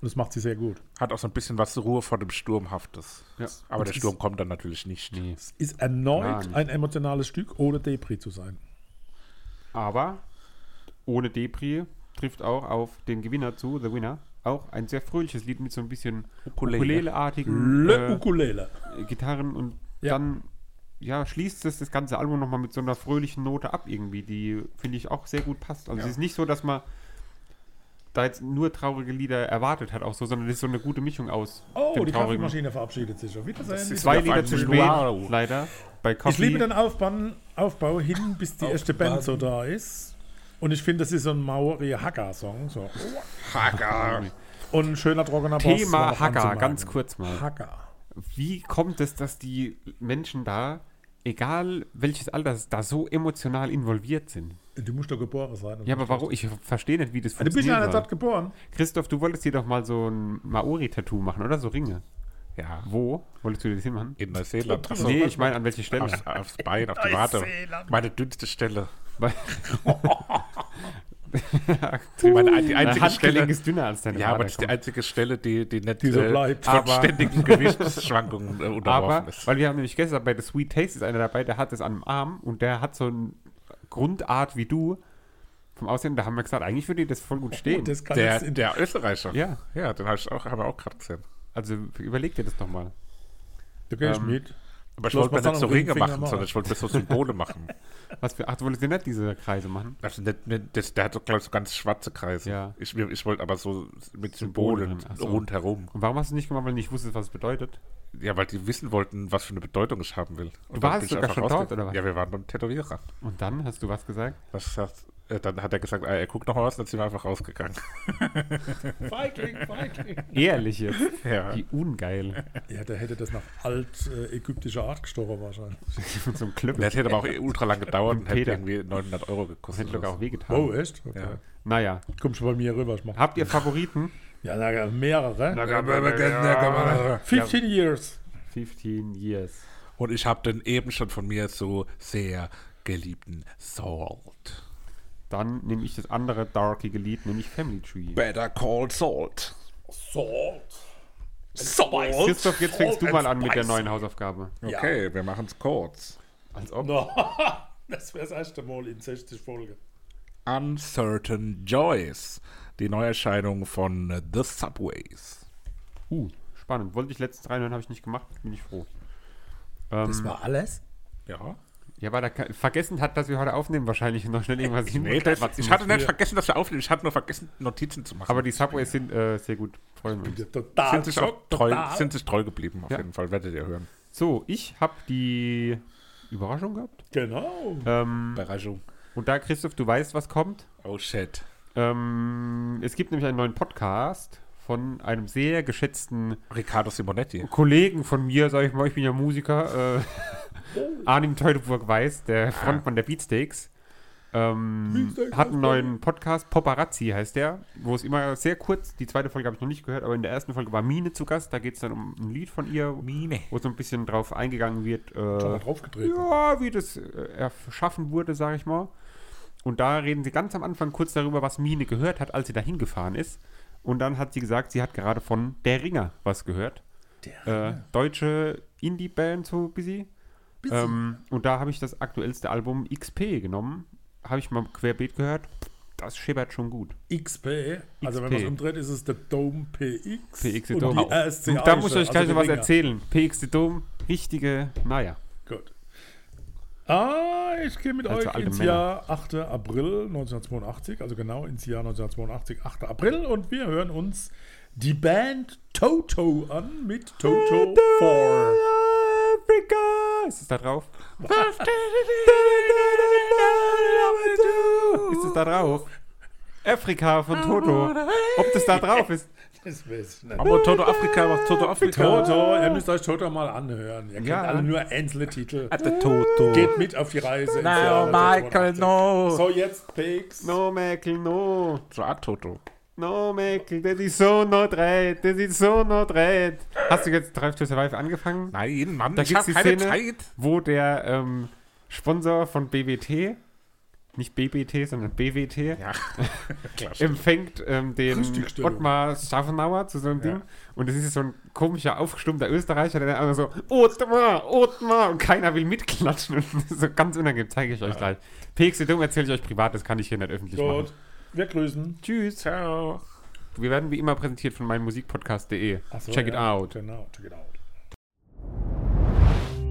S2: das macht sie sehr gut.
S1: Hat auch so ein bisschen was Ruhe vor dem Sturmhaftes.
S3: Ja.
S1: Aber der Sturm kommt dann natürlich nicht.
S3: Nee.
S2: Es ist erneut
S3: Nein.
S2: ein emotionales Stück, ohne Depri zu sein.
S3: Aber ohne Depri trifft auch auf den Gewinner zu, The Winner. Auch ein sehr fröhliches Lied mit so ein bisschen
S1: Ukulele.
S3: ukuleleartigen
S2: Le
S3: äh,
S2: Ukulele.
S3: Gitarren und
S2: Ja.
S3: dann ja, schließt es das ganze Album nochmal mit so einer fröhlichen Note ab irgendwie, die finde ich auch sehr gut passt. Also
S1: Ja.
S3: es ist nicht so, dass man da jetzt nur traurige Lieder erwartet hat, auch so, sondern das ist so eine gute Mischung aus
S2: Oh,
S3: dem
S2: die
S3: traurigen.
S2: Kaffeemaschine verabschiedet sich. Auf Wiedersehen.
S1: Das ist
S3: Zwei
S1: Auf
S3: Lieder
S1: einen
S3: zu spät,
S1: Wow.
S3: leider. Bei Coffee.
S2: Ich liebe den Aufbau, Aufbau hin, bis die erste Band so da ist. Und ich finde, das ist so ein Maori Hacker Song. So.
S1: Hacker.
S2: Und ein schöner trockener Bass war
S3: Thema
S2: noch
S3: Hacker,
S2: anzumerken.
S3: ganz kurz mal.
S2: Hacker.
S3: Wie kommt es, dass die Menschen da, egal welches Alter, es ist, da so emotional involviert sind?
S2: Du musst doch geboren sein.
S3: Ja, aber warum? Ich verstehe nicht, wie das
S2: Du bist ja
S3: funktioniert.
S2: nicht dort geboren.
S3: Christoph, du wolltest dir doch mal so ein Maori-Tattoo machen, oder? So Ringe.
S1: Ja.
S3: Wo? Wolltest du dir das hinmachen?
S1: In Neuseeland. Achso,
S3: nee, ich meine, an welche Stelle?
S1: aufs, aufs Bein, auf die Warte. Meine dünnste Stelle.
S3: Weil-
S1: Meine,
S3: *laughs*
S1: die
S3: Dein
S1: einzige
S3: Handgelenk
S1: Stelle.
S3: ist dünner als deine
S1: Ja, aber
S3: Wade,
S1: das ist die
S3: komm.
S1: einzige Stelle, die, die nicht
S2: Die so
S1: äh,
S2: bleibt.
S1: von
S3: Aber-
S1: ständigen Gewichtsschwankungen äh, unterworfen
S3: Aber,
S1: ist.
S3: weil wir haben nämlich gestern bei The Sweet Taste ist einer dabei, der hat es an dem Arm und der hat so eine Grundart wie du vom Aussehen. Da haben wir gesagt, eigentlich würde dir das voll gut stehen.
S2: Das kann
S1: Der,
S2: jetzt in
S1: der Österreicher.
S3: Ja.
S1: Ja, den hab ich auch, haben wir auch gerade gesehen.
S3: also überleg dir das doch mal.
S2: Da geh ich
S3: ähm,
S2: mit.
S1: Aber ich
S2: Lass
S1: wollte
S2: mal
S1: mir nicht so
S2: sagen,
S1: Ringe
S2: Ringfinger
S1: machen,
S2: machen.
S1: sondern ich wollte mir so Symbole machen.
S3: Was für, ach, du wolltest dir nicht diese Kreise machen?
S1: Also nicht, nicht, das, der hat doch, glaube ich, so ganz schwarze Kreise.
S3: Ja.
S1: Ich, mir- ich wollte aber so mit
S3: Symbole
S1: Symbolen
S3: drin, ach so.
S1: rundherum.
S3: Und warum hast du es nicht gemacht, weil du nicht wusstest, was es bedeutet?
S1: Ja, weil die wissen wollten, was für eine Bedeutung ich haben will. Und
S3: Du
S1: dann
S3: warst
S1: bin ich
S3: sogar
S1: einfach
S3: schon dort,
S1: rausgegangen.
S3: oder was?
S1: Ja, wir waren beim Tätowierer.
S3: Und dann hast du was gesagt?
S1: Was sagt, äh, dann hat er gesagt, ah, er guckt noch mal was, dann sind wir einfach rausgegangen. *laughs*
S2: Feigling, Feigling.
S1: *laughs*
S3: Ehrlich jetzt.
S1: ja.
S3: Wie ungeil. *laughs*
S2: Ja, der hätte das nach altägyptischer Art gestorben wahrscheinlich.
S3: Mit so einem Klöppel.
S1: Das hätte aber auch eh ultra lang gedauert und hätte
S3: Peter.
S1: irgendwie 900 Euro gekostet.
S3: Hätte locker auch wehgetan.
S2: Oh, echt? Okay.
S1: Ja.
S3: Naja.
S2: Kommst du bei mir rüber, ich mach.
S3: Habt ihr Favoriten?
S2: Ja, na, mehrere.
S1: Ja.
S2: 15 Years.
S3: 15 Years.
S1: Und ich habe den eben schon von mir so sehr geliebten Salt.
S3: Dann nehme ich das andere darkige Lied, nämlich Family Tree.
S1: Better Call Salt. Salt. Salt.
S3: Christoph, jetzt fängst du
S1: and
S3: mal an mit der
S1: spicy.
S3: neuen Hausaufgabe.
S1: Okay, wir machen es kurz.
S3: Als ob.
S2: No. *laughs* Das wäre das erste Mal in 60 Folgen.
S1: Uncertain Joys. Die Neuerscheinung von The Subways.
S3: Uh, spannend. Wollte ich letztens reinhören, habe ich nicht gemacht. Bin ich froh. Ähm,
S2: war alles?
S1: Ja.
S3: ja, weil er ke- vergessen hat, dass wir heute aufnehmen, wahrscheinlich noch schnell irgendwas hin.
S1: Nee, das, ich hatte nicht
S2: früher.
S1: vergessen, dass wir aufnehmen. Ich hatte nur vergessen, Notizen zu machen.
S3: Aber die Subways sind äh, sehr gut. Freuen wir uns.
S2: Total.
S1: sind sich auch
S2: geschockt,
S1: treu,
S2: total.
S1: sind sich treu geblieben, auf
S3: Ja.
S1: jeden Fall. Werdet ihr hören.
S3: So, ich habe die Überraschung gehabt.
S2: Genau.
S3: Ähm,
S1: Überraschung.
S3: und da, Christoph, du weißt, was kommt.
S1: Oh shit.
S3: Ähm, es gibt nämlich einen neuen Podcast von einem sehr geschätzten
S1: Riccardo Simonetti.
S3: Kollegen von mir, sag ich mal, ich bin ja Musiker, äh,
S2: Oh,
S3: Arnim Teutoburg Weiß, der Frontmann der Beatsteaks, ähm,
S2: Beatsteaks
S3: hat einen neuen Podcast, Paparazzi heißt der, wo es immer sehr kurz, die zweite Folge habe ich noch nicht gehört, aber in der ersten Folge war Mine zu Gast, da geht es dann um ein Lied von ihr,
S1: Oh, Mine.
S3: wo so ein bisschen drauf eingegangen wird,
S2: Schon mal
S3: äh,
S2: draufgetreten.
S3: ja, wie das äh, erschaffen wurde, sag ich mal. Und da reden sie ganz am Anfang kurz darüber, was Mine gehört hat, als sie dahin gefahren ist. Und dann hat sie gesagt, sie hat gerade von Der Ringer was gehört. äh,
S2: Ah.
S3: deutsche Indie-Band, so busy. Ähm, und da habe ich das aktuellste Album XP genommen. Habe ich mal querbeet gehört. Das schippert schon gut.
S2: XP. Also, wenn man es umdreht, ist es der Dome PX.
S3: PX
S2: und
S3: Dome.
S2: die ASC
S3: Und da muss ich euch gleich
S2: also
S3: noch was
S2: die Ringer.
S3: erzählen. PX The Dome, richtige, naja.
S2: Gut. Ah, ich gehe mit
S3: Also
S2: euch
S3: alte
S2: ins
S3: Männer.
S2: Jahr 8. April 1982, also genau ins Jahr 1982, 8. April und wir hören uns die Band Toto an mit Toto 4.
S3: Africa! Ist es da drauf? Ist es da drauf? Afrika von Toto. Ob das da drauf ist?
S2: Das weiß ich nicht.
S1: Aber Oh, Toto Afrika macht Toto Afrika.
S2: Toto, ihr müsst euch Toto mal anhören. Ihr kennt
S3: Ja.
S2: alle nur einzelne Titel.
S1: Der Toto.
S2: Geht mit auf die Reise. ins
S1: No,
S2: Jahr
S1: Genau, Michael,
S2: 1982.
S1: no.
S2: So, jetzt PX.
S3: No, Michael, no.
S1: So Art Toto.
S3: No, Michael, das ist so not right. Das ist so not right. Hast du jetzt Drive to Survive angefangen?
S1: Nein, Mann,
S3: Da
S1: ich
S3: gibt's
S1: habe keine
S3: die Szene-
S1: Zeit.
S3: Wo der ähm, Sponsor von BWT, nicht BBT, sondern BWT,
S1: Ja. Klar.
S3: empfängt ähm, den
S2: Frühstückstellung.
S3: Ottmar Schaffenauer zu so einem
S1: Ja.
S3: Ding. Und es ist so ein komischer, aufgestummter Österreicher, der dann einfach so, Ottmar, Ottmar, und keiner will mitklatschen. Und das ist so ganz unangenehm, zeige ich euch gleich. PXD dumm erzähle ich euch privat, das kann ich hier nicht öffentlich
S2: Gut.
S3: machen.
S2: Wir grüßen.
S3: Tschüss.
S1: Ciao.
S3: Wir werden wie immer präsentiert von meinmusikpodcast.de.
S2: Ach so,
S3: Check it
S2: ja,
S3: out.
S2: Genau, check it out.